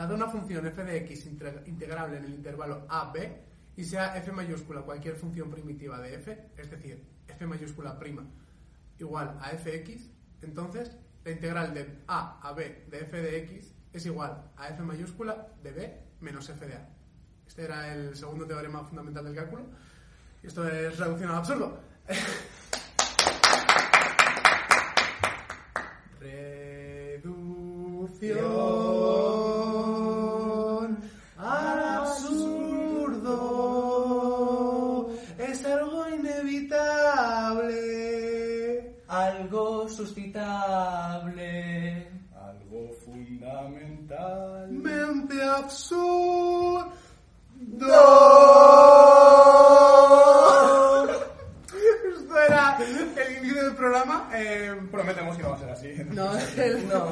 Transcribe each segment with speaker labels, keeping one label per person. Speaker 1: Dada una función f de x integra- integrable en el intervalo a, b y sea f mayúscula cualquier función primitiva de f, es decir, f mayúscula prima igual a fx, entonces la integral de a a b de f de x es igual a f mayúscula de b menos f de a. Este era el segundo teorema fundamental del cálculo. Y esto es reducción al absurdo. Reducción al absurdo es algo inevitable, algo sustentable,
Speaker 2: Algo fundamental.
Speaker 1: mente absurdo. Esto era el inicio del programa. eh,
Speaker 2: Em, Prometemos que no va a ser así.
Speaker 1: no, el- Esto,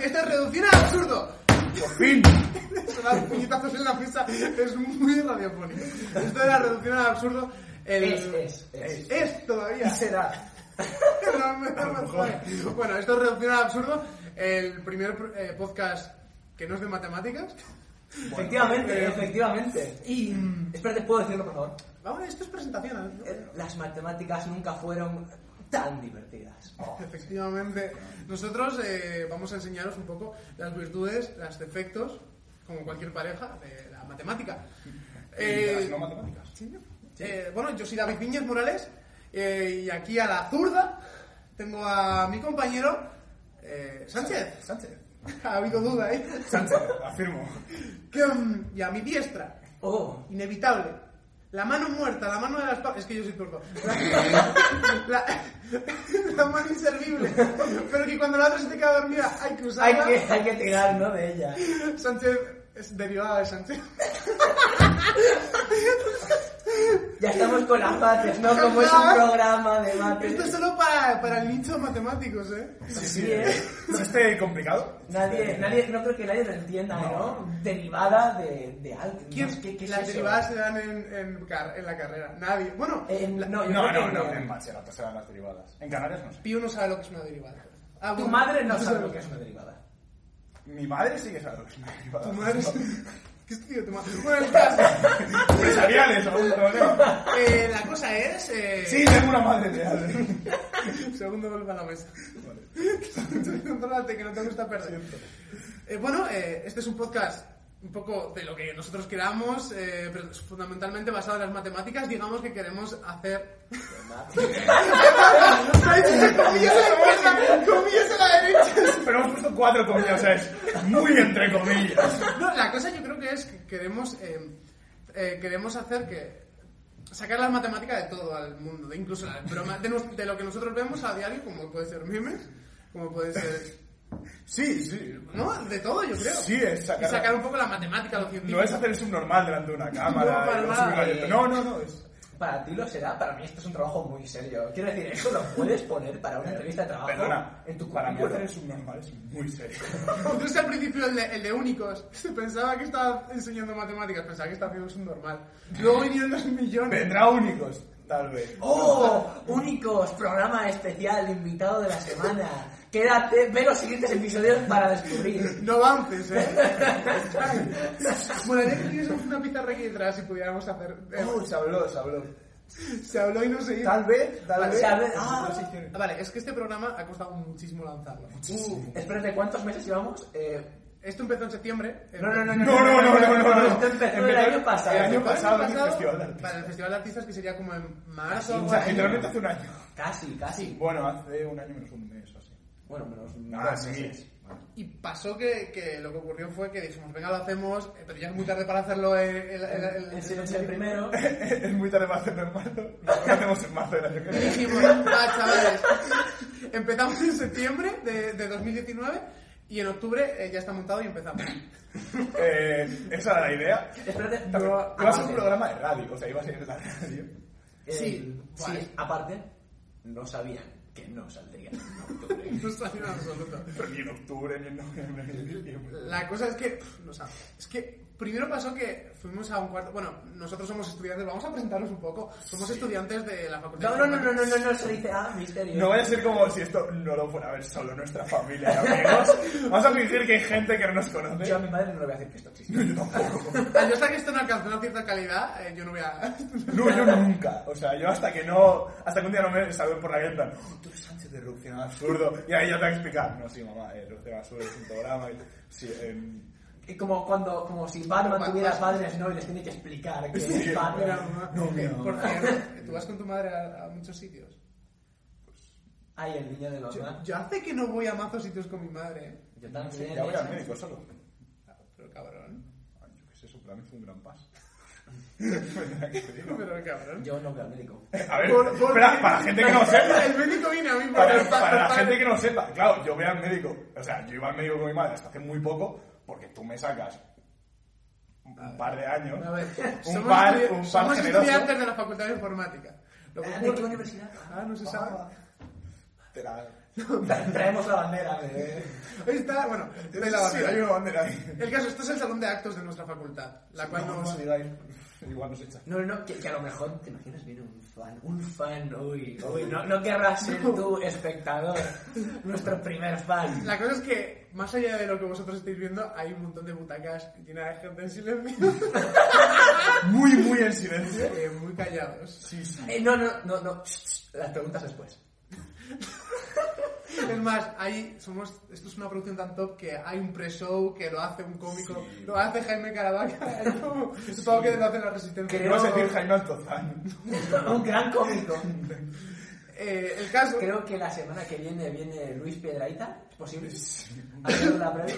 Speaker 1: esto es reducir al absurdo.
Speaker 2: Por fin.
Speaker 1: Esto dar puñetazos en la mesa es muy radiofónico. Esto era reducir al absurdo. El,
Speaker 3: Es, es, es.
Speaker 1: Es todavía.
Speaker 3: será.
Speaker 1: No, me da más joder. bueno, esto es reducir al absurdo. El primer eh, podcast que no es de matemáticas.
Speaker 3: efectivamente,
Speaker 1: eh,
Speaker 3: efectivamente.
Speaker 1: Y. mm,
Speaker 3: Espérate, ¿puedo decirlo, por favor?
Speaker 1: Vamos, esto es presentación. ¿no?
Speaker 3: Eh, Las matemáticas nunca fueron tan divertidas.
Speaker 1: Efectivamente. Nosotros eh, vamos a enseñaros un poco las virtudes, los defectos, como cualquier pareja, de la matemática.
Speaker 2: Y las
Speaker 1: Eh,
Speaker 2: no matemáticas.
Speaker 1: sí, ¿no? Eh, bueno, yo soy David Viñez Morales eh, y aquí a la zurda tengo a mi compañero eh, Sánchez.
Speaker 2: Sánchez.
Speaker 1: ha habido duda, ¿eh?
Speaker 2: Sánchez, afirmo.
Speaker 1: Que, mm, y a mi diestra,
Speaker 3: Oh,
Speaker 1: inevitable. La mano muerta, la mano de las... pa- Es que yo soy turco. La, la- la mano inservible. Pero que cuando la otra se te queda dormida hay que
Speaker 3: hay
Speaker 1: usarla.
Speaker 3: que, hay que tirar, ¿no? De ella.
Speaker 1: Sánchez es derivada de Sánchez.
Speaker 3: Ya estamos con las mates, ¿no? Como es un programa de mates.
Speaker 1: Esto es solo para, para el nicho matemáticos, ¿eh?
Speaker 3: Sí, ¿eh?
Speaker 2: ¿No esté complicado?
Speaker 3: Nadie, nadie, no creo que nadie lo entienda, ¿no? Derivada de, de algo. ¿no?
Speaker 1: ¿Quién?
Speaker 3: ¿Qué- qué es
Speaker 1: las
Speaker 3: eso?
Speaker 1: derivadas se dan en, en car- en la carrera. Nadie. Bueno,
Speaker 3: Eh, en- no, yo
Speaker 2: No,
Speaker 3: creo
Speaker 2: no,
Speaker 3: que
Speaker 2: no. En bachillerato serán las derivadas. En Canarias no sé.
Speaker 1: Pío no sabe lo que es una derivada. Ah,
Speaker 3: Tu
Speaker 1: bueno,
Speaker 3: madre no
Speaker 1: tú
Speaker 3: sabe
Speaker 1: sabes
Speaker 3: lo que es una derivada.
Speaker 2: Mi madre sí que sabe lo que es una derivada.
Speaker 1: Tu madre... ¿Qué es tío? Tu madre... Bueno, el caso...
Speaker 2: Empresariales, aún no, no.
Speaker 1: Eh, la cosa es... Eh...
Speaker 2: Sí, tengo una madre real.
Speaker 1: Segundo golpe a la mesa. Controlate, que no te gusta perder. Eh, bueno, eh, este es un podcast un poco de lo que nosotros queramos, eh, pero es fundamentalmente basado en las matemáticas. Digamos que queremos hacer. Comillas a la izquierda, comillas a la derecha.
Speaker 2: Pero hemos puesto cuatro comillas, o sea, es muy entre comillas.
Speaker 1: No, la cosa yo creo que es que queremos, eh, eh, queremos hacer que. Sacar las matemáticas de todo al mundo, de incluso las bromas, de, nos- de lo que nosotros vemos a diario, como puede ser memes, como puede ser
Speaker 2: Sí, sí.
Speaker 1: No, de todo, yo creo.
Speaker 2: Sí, es
Speaker 1: Y
Speaker 2: sacar.
Speaker 1: sacar un poco la matemática, lo científico.
Speaker 2: No es hacer el subnormal delante de una
Speaker 1: No, para
Speaker 2: cámara.
Speaker 1: nada.
Speaker 2: No, no, no, no. Es...
Speaker 3: Para ti lo será, para mí esto es un trabajo muy serio. Quiero decir, eso lo puedes poner para una entrevista de trabajo
Speaker 2: Perdona,
Speaker 3: Ah, en tu
Speaker 2: para mí hacer
Speaker 3: currículum.
Speaker 2: el subnormal es muy serio.
Speaker 1: Yo sé al principio el de, el de únicos. Pensaba que estaba enseñando matemáticas, pensaba que estaba haciendo un normal. Luego vinieron los millones.
Speaker 2: Vendrá únicos, tal vez.
Speaker 3: ¡Oh! Únicos, programa especial, invitado de la semana. Quédate, ve los siguientes episodios para descubrir.
Speaker 1: No avances, eh. bueno, ya que tienes una pizarra aquí detrás, si pudiéramos hacer. eh,
Speaker 2: Uh, se habló, se habló.
Speaker 1: se habló y no se hizo.
Speaker 2: Tal vez, tal
Speaker 3: Vale,
Speaker 2: vez.
Speaker 3: se habló-
Speaker 2: Ah,
Speaker 3: ah.
Speaker 2: sí, sí.
Speaker 1: Ah, Vale, es que este programa ha costado muchísimo lanzarlo.
Speaker 3: Uh, espérate, ¿cuántos meses llevamos? Eh,
Speaker 1: Esto empezó en septiembre.
Speaker 3: no, no, no, no,
Speaker 2: No, no, no, no, no. no.
Speaker 3: Esto empezó el año pasado.
Speaker 2: El año pasado, en el Festival de
Speaker 1: Para
Speaker 2: Artistas.
Speaker 1: el Festival de Artistas, que sería como en marzo.
Speaker 2: O
Speaker 1: algo
Speaker 2: sea,
Speaker 1: así.
Speaker 2: literalmente hace un año.
Speaker 3: Casi, casi.
Speaker 2: Bueno, hace un año menos un mes o así.
Speaker 3: Bueno, menos
Speaker 2: Ah,
Speaker 3: dos
Speaker 2: sí.
Speaker 3: meses.
Speaker 1: Y pasó que, que lo que ocurrió fue que dijimos, venga, lo hacemos, eh, pero ya es muy tarde para hacerlo el, el, el- el-
Speaker 3: El silencio del primero.
Speaker 2: es muy tarde para hacerlo en marzo. Lo hacemos en marzo del año que
Speaker 1: Y
Speaker 2: viene.
Speaker 1: dijimos, ah, chavales, empezamos en septiembre de, de 2019 y, Y en octubre eh, ya está montado y empezamos.
Speaker 2: Eh, esa era la idea.
Speaker 3: Espérate,
Speaker 2: También,
Speaker 3: no,
Speaker 2: iba a ser un
Speaker 3: aparte.
Speaker 2: programa de radio, o sea, iba a ser en la radio.
Speaker 3: El-
Speaker 1: Sí, vale.
Speaker 3: aparte, no sabían que no saldría en octubre.
Speaker 1: No está nada absoluto.
Speaker 2: Pero ni en octubre, ni en noviembre, ni en diciembre.
Speaker 1: La cosa es que, pf, no sabe. Es que primero pasó que fuimos a un cuarto. Bueno, nosotros somos estudiantes, vamos a presentarnos un poco. Somos estudiantes de la facultad.
Speaker 3: No,
Speaker 1: de
Speaker 3: no, no, no,
Speaker 1: Informática.
Speaker 3: no, no, no, se dice, ah, misterio.
Speaker 2: No vaya a ser como si esto no lo fuera a ver solo nuestra familia y amigos. Vamos a fingir que hay gente que no nos conoce.
Speaker 3: Yo a mi madre no le voy a decir que esto existe.
Speaker 2: Yo tampoco.
Speaker 1: Al yo hasta que esto no alcanza una cierta calidad, eh, yo no voy a.
Speaker 2: No, yo nunca. O sea, yo hasta que no. Hasta que un día no me salgo por la calle en plan. "Oh, tú eres Sánchez de Reducción al Absurdo. Y ahí ya te voy a explicar. No, sí, mamá, eh, Reducción al Absurdo es un programa. y- Sí, em,
Speaker 3: Y como cuando, como si Batman
Speaker 1: Batman.
Speaker 3: tuviera padres, ¿no? Y les tiene que explicar que es
Speaker 1: Mira,
Speaker 3: Batman.
Speaker 1: mamá,
Speaker 2: No,
Speaker 1: que,
Speaker 2: no.
Speaker 1: Por cierto, tú vas con tu madre a, a muchos sitios.
Speaker 3: Ay, el niño de los
Speaker 1: Yo,
Speaker 3: Batman.
Speaker 1: yo hace que no voy a mazos sitios con mi madre. eh.
Speaker 3: Yo
Speaker 2: sí,
Speaker 3: también.
Speaker 2: ya voy al
Speaker 3: ¿eh?
Speaker 2: médico solo.
Speaker 1: Ah, Pero cabrón.
Speaker 2: Ay, yo qué sé, su plan es un gran paso. a
Speaker 1: Pero cabrón.
Speaker 3: Yo no voy al médico.
Speaker 2: ver,
Speaker 1: Por- por-
Speaker 2: espera, para la gente que no sepa.
Speaker 1: El médico viene a mí por
Speaker 2: Para,
Speaker 1: el pa-
Speaker 2: para la
Speaker 1: pa-
Speaker 2: gente que no sepa, claro, yo voy al médico. O sea, yo iba al médico con mi madre hasta hace muy poco porque tú me sacas un un par de años.
Speaker 1: A ver,
Speaker 2: Un
Speaker 1: somos,
Speaker 2: par-
Speaker 1: estudi-
Speaker 2: un par
Speaker 1: somos
Speaker 2: generoso.
Speaker 1: estudiantes de la Facultad de Informática. Lo que
Speaker 3: Ah, ¿De
Speaker 1: ocurre-
Speaker 3: qué universidad?
Speaker 1: Ah, no se sabe.
Speaker 2: Ah, te la-
Speaker 3: Tra- Traemos la bandera, bebé.
Speaker 1: Ahí está, bueno, de la
Speaker 2: Sí, hay
Speaker 1: bandera.
Speaker 2: una bandera ahí.
Speaker 1: El caso, esto es el salón de actos de nuestra facultad, la cual
Speaker 2: No,
Speaker 1: no,
Speaker 2: no digáis, igual nos echa.
Speaker 3: No, no, que, que a lo mejor, ¿te imaginas? Viene un fan, un fan, uy, uy, no, no querrás ser tú, espectador, nuestro primer fan.
Speaker 1: La cosa es que, más allá de lo que vosotros estáis viendo, hay un montón de butacas llenas de gente en silencio,
Speaker 2: Muy, muy en silencio.
Speaker 1: eh, muy callados.
Speaker 2: Sí, sí.
Speaker 3: Eh, no, no, no, no, las preguntas después.
Speaker 1: Es más, hay, somos, esto es una producción tan top que hay un pre-show que lo hace un cómico,
Speaker 2: Sí.
Speaker 1: lo hace Jaime Caravaca, es como, supongo que lo hace la resistencia.
Speaker 2: ¿Qué vas a decir Jaime Altozán?
Speaker 3: un gran cómico.
Speaker 1: Eh, el caso...
Speaker 3: Creo que la semana que viene viene Luis Piedraita, ¿es posible? ¿Hacer la previa?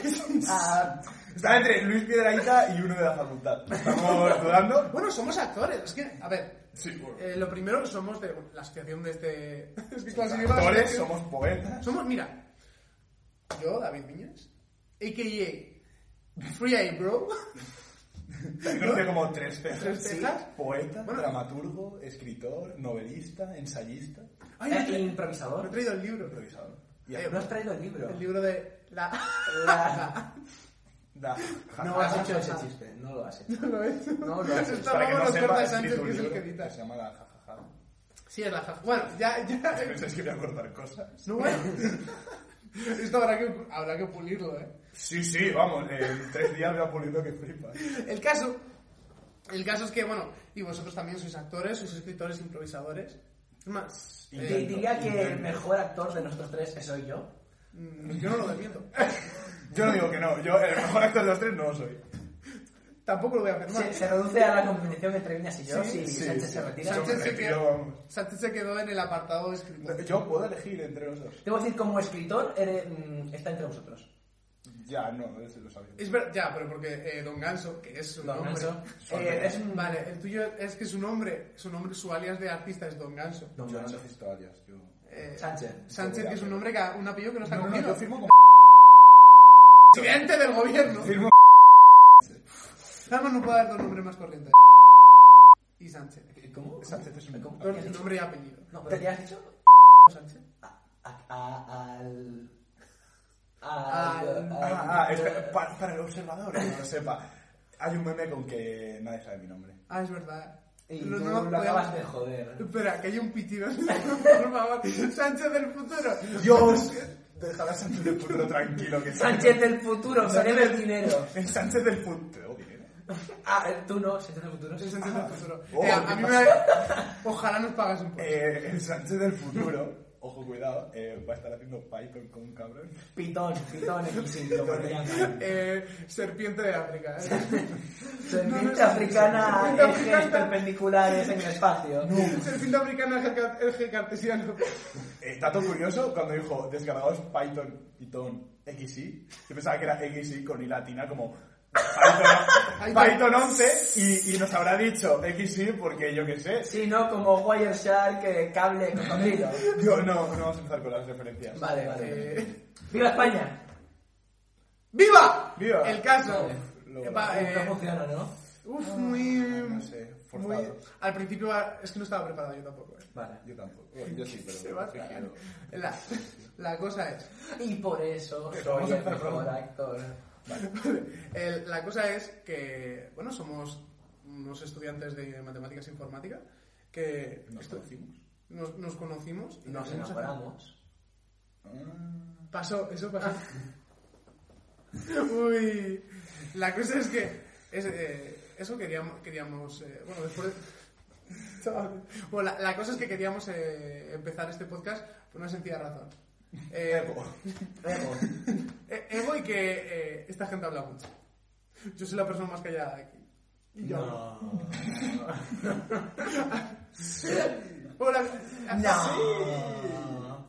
Speaker 3: Ah,
Speaker 2: Está entre Luis Piedraíta y uno de la facultad. Estamos dudando.
Speaker 1: Bueno, somos actores, es que, a ver,
Speaker 2: Sí, bueno.
Speaker 1: eh, lo primero somos de la asociación de este... Es que clasifico la
Speaker 2: Actores,
Speaker 1: asociación-
Speaker 2: somos poetas.
Speaker 1: Somos, mira, yo, David Viñas, a.k.a. Free Eyebrow,
Speaker 2: Conoce como tres cejas.
Speaker 1: Tres cejas.
Speaker 2: Poeta,
Speaker 1: Bueno.
Speaker 2: dramaturgo, escritor, novelista, ensayista,
Speaker 1: Ay, no,
Speaker 3: eh,
Speaker 1: tra- no he
Speaker 3: improvisador.
Speaker 1: traído el libro.
Speaker 2: improvisador. Y
Speaker 1: Eh,
Speaker 3: No has traído el libro.
Speaker 1: El libro de la...
Speaker 3: La-
Speaker 2: da- ja-
Speaker 3: No has hecho ese chiste, no lo has hecho.
Speaker 1: No lo es.
Speaker 3: No lo has hecho.
Speaker 1: Esto
Speaker 2: Para que
Speaker 1: luego
Speaker 2: no
Speaker 1: nos
Speaker 2: sepa,
Speaker 1: corta
Speaker 2: ha
Speaker 1: Sánchez,
Speaker 2: escrito un
Speaker 1: que es el
Speaker 2: libro
Speaker 1: que
Speaker 2: que
Speaker 1: edita.
Speaker 2: se llama La Jajaja.
Speaker 1: Sí, es la jaja. Bueno, ya, ya...
Speaker 2: ¿Pensáis que voy a cortar cosas?
Speaker 1: No, bueno. Esto habrá que, habrá que pulirlo, ¿eh?
Speaker 2: Sí, sí, vamos, en tres días voy a pulir lo que flipas.
Speaker 1: El caso... El caso es que, bueno, y vosotros también sois actores, sois escritores, improvisadores. Es más,
Speaker 2: Y-
Speaker 3: Di-
Speaker 1: eh,
Speaker 3: Diría que el
Speaker 2: Intento.
Speaker 3: mejor actor de nosotros tres soy yo.
Speaker 1: mm, yo no lo defiendo.
Speaker 2: Yo no digo que no, yo el mejor actor de los tres no lo soy.
Speaker 1: Tampoco lo voy a hacer mal.
Speaker 3: Se, se reduce a la competición entre Viñas y yo
Speaker 2: Sí,
Speaker 3: si
Speaker 2: sí,
Speaker 3: Sánchez
Speaker 2: sí.
Speaker 3: se retira.
Speaker 2: Yo me
Speaker 1: Sánchez se,
Speaker 2: retiro,
Speaker 1: quedó,
Speaker 2: vamos.
Speaker 1: Sánchez se quedó en el apartado de escritor.
Speaker 2: Yo puedo elegir entre los dos.
Speaker 3: Debo decir, como escritor, eres- mm, está entre vosotros.
Speaker 2: Ya, no, ese lo sabía.
Speaker 1: Es verdad, ya, pero porque eh, Don Ganso, que es su
Speaker 3: Don
Speaker 1: nombre.
Speaker 3: Ganso.
Speaker 2: Su
Speaker 1: eh,
Speaker 2: alias.
Speaker 1: es un- vale, el tuyo es que su nombre, su nombre, su alias de artista es Don Ganso.
Speaker 3: Don
Speaker 2: Yo no
Speaker 3: Ganso.
Speaker 2: necesito alias, yo...
Speaker 1: Eh,
Speaker 3: Sánchez.
Speaker 1: Sánchez, que es un nombre que un apellido que no está
Speaker 2: No, no,
Speaker 1: cogido.
Speaker 2: yo firmo con...
Speaker 1: Presidente del gobierno.
Speaker 2: Firmo
Speaker 1: Además no puede haber dos nombres más corrientes. Y Sánchez.
Speaker 3: ¿Cómo?
Speaker 2: Sánchez es un-
Speaker 3: ¿Cómo?
Speaker 1: Dos
Speaker 3: ¿Qué has dicho?
Speaker 1: nombre y apellido.
Speaker 3: No, pero ¿qué has dicho?
Speaker 1: Sánchez.
Speaker 3: A- a- al...
Speaker 1: Al-
Speaker 3: Al...
Speaker 2: Ah, ah, espera, para, para el observador, que no lo sepa. Hay un meme con que nadie sabe mi nombre.
Speaker 1: Ah, es verdad.
Speaker 3: Y
Speaker 1: No,
Speaker 3: tú
Speaker 1: no,
Speaker 3: lo
Speaker 1: podemos-
Speaker 3: acabas de joder.
Speaker 1: Espera, que hay un pitido. Por favor, Sánchez del futuro.
Speaker 2: Dios, déjala a Sánchez del futuro tranquilo. Que
Speaker 3: Sánchez del futuro, me debes dinero.
Speaker 2: El Sánchez del futuro. dinero.
Speaker 3: Ah, eh, tú no, Sánchez del futuro.
Speaker 1: El Sánchez del futuro.
Speaker 2: Oh,
Speaker 1: Eh, a,
Speaker 2: ¿qué
Speaker 1: a mí me... Ojalá nos pagas un poco.
Speaker 2: Eh, el Sánchez del futuro, ojo cuidado, eh, va a estar haciendo Python con un cabrón.
Speaker 3: Pitón, pitón, X, lo llaman.
Speaker 1: Eh, serpiente de África. ¿eh?
Speaker 3: Serpiente
Speaker 1: no,
Speaker 3: africana,
Speaker 1: serpiente
Speaker 3: ejes
Speaker 1: africana.
Speaker 3: perpendiculares en el espacio.
Speaker 1: serpiente africana eje car- eje cartesiano.
Speaker 2: Eh, dato curioso, cuando dijo descargados Python, Python, XY, yo pensaba que era XY con I latina como Python, Python 11 y, y nos habrá dicho XY porque yo qué sé.
Speaker 3: Sí, no como Wire Shark, eh, cable, cocodrilo.
Speaker 2: Yo no, no vamos a empezar con las referencias.
Speaker 3: Vale, vale.
Speaker 1: Eh,
Speaker 3: ¡Viva España!
Speaker 1: ¡Viva!
Speaker 2: Viva.
Speaker 1: El caso.
Speaker 2: Lo-
Speaker 1: Eh, va, eh,
Speaker 3: No funciona, ¿no?
Speaker 1: uf, muy.
Speaker 2: No Ah, sé, forzado.
Speaker 1: muy- al principio ah, es que no estaba preparado yo tampoco. eh.
Speaker 3: Vale.
Speaker 2: Yo tampoco. Bueno, yo sí, pero
Speaker 1: Se va a
Speaker 2: no sé
Speaker 1: tragar.
Speaker 2: quiero.
Speaker 1: La, la cosa es.
Speaker 3: Y por eso
Speaker 2: Vamos
Speaker 3: soy
Speaker 2: a
Speaker 3: el
Speaker 2: empezar
Speaker 3: mejor
Speaker 2: pronto.
Speaker 3: actor.
Speaker 1: El- la cosa es que, bueno, somos unos estudiantes de matemáticas e informática que
Speaker 2: Nos
Speaker 1: estu-
Speaker 2: conocimos.
Speaker 1: nos, nos conocimos y
Speaker 3: Nos
Speaker 1: nos
Speaker 2: ¿eh?
Speaker 1: hemos
Speaker 3: enamoramos.
Speaker 2: Ah,
Speaker 1: Pasó, eso pasó. Uy, la cosa es que es, eh, eso queríamos, queríamos eh, bueno, después... Chaval. Bueno, la, la cosa es que queríamos eh, empezar este podcast por una sencilla razón. Eh,
Speaker 2: Ego.
Speaker 3: Vemos.
Speaker 1: eh, ego y que eh, esta gente habla mucho. Yo soy la persona más callada de aquí. Y yo hablo.
Speaker 3: No.
Speaker 1: Hola.
Speaker 3: Ah, No.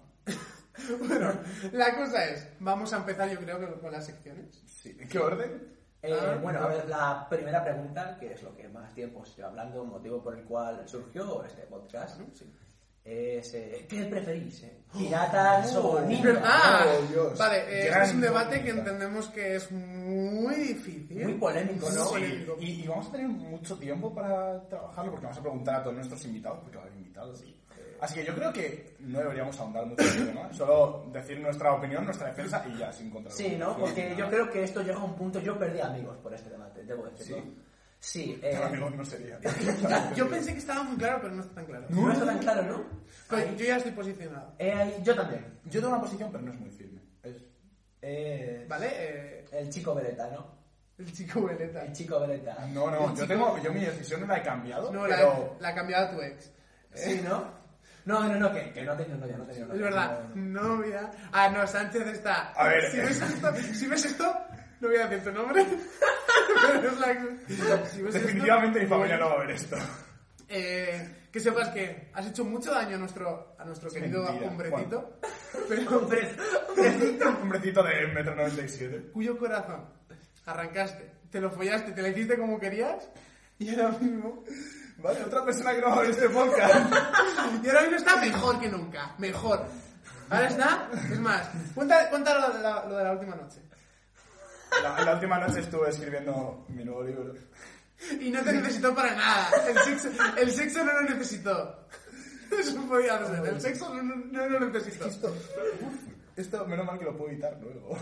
Speaker 1: Bueno, la cosa es, vamos a empezar yo creo que con las secciones.
Speaker 2: Sí. ¿En qué orden?
Speaker 3: Eh, bueno, a ver, la primera pregunta, que es lo que más tiempo estoy hablando, motivo por el cual surgió este podcast, es eh, ¿qué preferís? eh? ¿Piratas o ninjas?
Speaker 1: Ah,
Speaker 2: Oh, Dios.
Speaker 1: vale, eh,
Speaker 2: Gran
Speaker 1: es un debate que
Speaker 2: pregunta.
Speaker 1: entendemos que es muy difícil.
Speaker 3: Muy polémico, ¿no?
Speaker 1: Sí.
Speaker 2: Y, y vamos a tener mucho tiempo para trabajarlo porque vamos a preguntar a todos nuestros invitados, porque va a haber invitados. Así que yo creo que no deberíamos ahondar mucho en el tema, ¿eh? solo decir nuestra opinión, nuestra defensa y ya, sin contar.
Speaker 3: Sí, ¿no? Porque yo creo que esto llega a un punto, yo perdí amigos por este debate, debo decirlo.
Speaker 2: Sí.
Speaker 3: Sí,
Speaker 2: que.
Speaker 3: eh,
Speaker 2: no sería.
Speaker 1: Yo pensé que estaba muy claro, pero no está tan claro.
Speaker 3: no está tan claro, ¿no?
Speaker 1: Pero
Speaker 3: Ahí-
Speaker 1: yo ya estoy posicionado.
Speaker 3: eh, ahí- yo también.
Speaker 2: Yo tengo una posición, pero no es muy firme. Es.
Speaker 3: Eh,
Speaker 1: ¿Vale? Eh,
Speaker 3: El chico Beretta, ¿no?
Speaker 1: el chico veleta.
Speaker 3: El chico Beretta.
Speaker 2: No, no, yo tengo. Yo mi decisión no la he cambiado,
Speaker 1: No, la,
Speaker 2: pero.
Speaker 1: la ha cambiado tu ex.
Speaker 3: Sí, ¿no? No, no, no, que, que no ha tenido novia, no ha tenido novia.
Speaker 1: Es verdad.
Speaker 3: No, no.
Speaker 1: No, mira. Ah, no, Sánchez está.
Speaker 2: A ver.
Speaker 1: Si ves esto, si ves esto no voy a decir tu nombre. Pero es la- si ves pues esto-
Speaker 2: Definitivamente mi familia no va a ver esto.
Speaker 1: Eh, que sepas que has hecho mucho daño a nuestro, a nuestro querido
Speaker 2: mentira.
Speaker 1: hombrecito,
Speaker 3: Hombre,
Speaker 2: Un hombrecito de 1,97m.
Speaker 1: cuyo corazón arrancaste, te lo follaste, te lo hiciste como querías, y ahora mismo,
Speaker 2: Vale, otra persona que no va a ver este podcast.
Speaker 1: y ahora mismo está mejor que nunca, mejor. Ahora está, es más, cuenta, cuenta lo, de la- lo de la última noche.
Speaker 2: La, la última noche estuve escribiendo mi nuevo libro.
Speaker 1: Y no te necesitó para nada, el sexo, el sexo no lo necesitó. Eso podía ser, el sexo no, no lo necesitó.
Speaker 2: Esto, menos mal que lo puedo editar luego.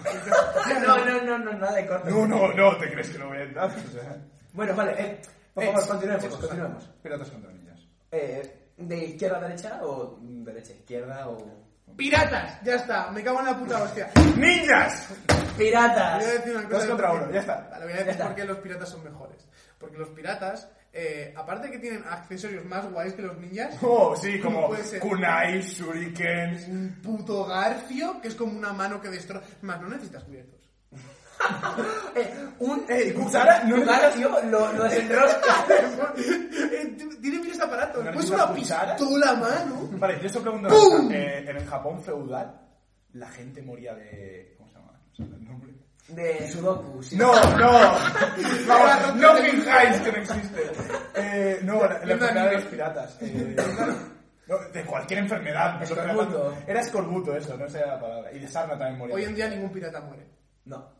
Speaker 3: No, no, no, no, nada de corte.
Speaker 2: No, no, no, ¿te crees que lo voy a editar? O sea,
Speaker 3: Bueno, vale, eh, por
Speaker 2: Eh,
Speaker 3: favor, continuemos,
Speaker 2: chicos,
Speaker 3: continuemos.
Speaker 2: Piratas contra niñas.
Speaker 3: Eh, ¿De izquierda a derecha o derecha a izquierda o...?
Speaker 1: Piratas, ya está, me cago en la puta hostia.
Speaker 2: ¡Ninjas!
Speaker 1: Voy a
Speaker 3: ¡Piratas!
Speaker 1: decir una cosa
Speaker 2: Dos
Speaker 1: de
Speaker 2: contra
Speaker 1: por qué-
Speaker 2: uno, ya está.
Speaker 1: Vale, voy a decir
Speaker 3: está.
Speaker 1: por qué los piratas son mejores. Porque los piratas, eh, aparte que tienen accesorios más guays que los ninjas,
Speaker 2: Oh, sí,
Speaker 1: No
Speaker 2: como
Speaker 1: puede ser.
Speaker 2: kunai, shurikens...
Speaker 1: un puto garfio que es como una mano que destroza. Más, no necesitas cubiertos.
Speaker 3: Eh, un...
Speaker 2: Ey, cuchara, no
Speaker 3: un garfio lo, lo desenrosca.
Speaker 1: Eh, t- Tiene miles de aparatos.
Speaker 2: ¿No
Speaker 1: Pues
Speaker 2: necesitas
Speaker 1: una
Speaker 2: cucharas?
Speaker 1: pistola, mano.
Speaker 2: Vale, yo esto pregunto una
Speaker 1: ¡Pum!
Speaker 2: cosa. Eh, en el Japón feudal, la gente moría de... ¿Cómo se llama? No sé el nombre.
Speaker 3: De Sudoku, sí.
Speaker 2: No, no. Vamos, no finjáis que no existe. Eh, no, la, la enfermedad de los piratas. Eh, no, de cualquier enfermedad. pero
Speaker 3: Escorbuto.
Speaker 2: Era escorbuto eso, no sé la palabra. Y de sarna también moría.
Speaker 1: Hoy en día ningún pirata muere.
Speaker 3: No.